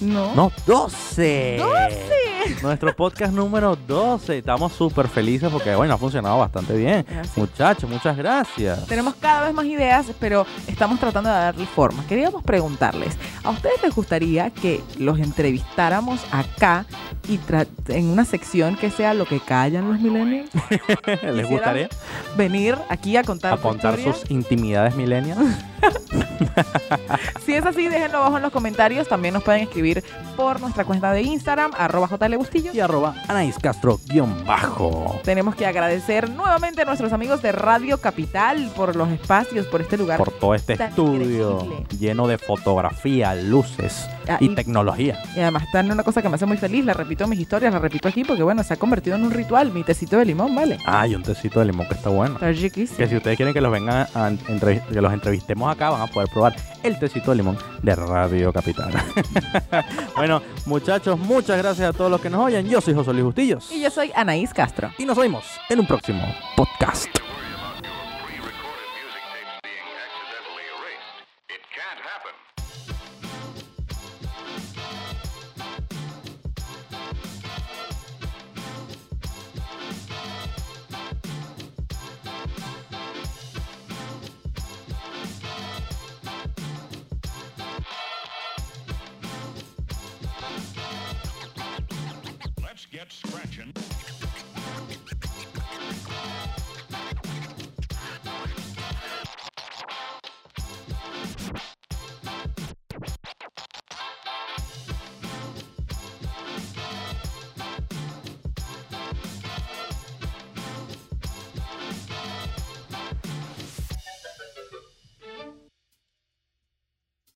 S2: No.
S1: No, 12. 12. Nuestro podcast número 12. Estamos súper felices porque, bueno, ha funcionado bastante bien.
S2: Así.
S1: Muchachos, muchas gracias.
S2: Tenemos cada vez más ideas, pero estamos tratando de darle forma. Queríamos preguntarles, ¿a ustedes les gustaría que los entrevistáramos acá y tra- en una sección que sea lo que callan los millennials?
S1: ¿Les gustaría
S2: venir aquí a contar,
S1: a
S2: tu
S1: contar
S2: historia.
S1: sus intimidades milenias?
S2: Si es así, déjenlo abajo en los comentarios. También nos pueden escribir por nuestra cuenta de Instagram, arroba jlbustillo.
S1: Y arroba Anaís Castro guión bajo.
S2: Tenemos que agradecer nuevamente a nuestros amigos de Radio Capital por los espacios, por este lugar.
S1: Por todo este
S2: Tan
S1: estudio
S2: increíble.
S1: lleno de fotografía, luces
S2: Ah,
S1: y
S2: y-
S1: tecnología.
S2: Y además están una cosa que me hace muy feliz. La repito en mis historias, la repito aquí porque, bueno, se ha convertido en un ritual. Mi tecito de limón, ¿vale?
S1: Ay, un Ah, tecito de limón que está bueno.
S2: Está riquísimo.
S1: Que si ustedes quieren que los vengan a- a entrevi- que los entrevistemos acá, van a poder poder probar el tecito de limón de Radio Capital. bueno, muchachos, muchas gracias a todos los que nos oyen. Yo soy José Luis Bustillos.
S2: Y yo soy Anaís Castro.
S1: Y nos oímos en un próximo podcast.
S4: pre-recorded music tapes being accidentally erased. It can't happen. Let's get screwed.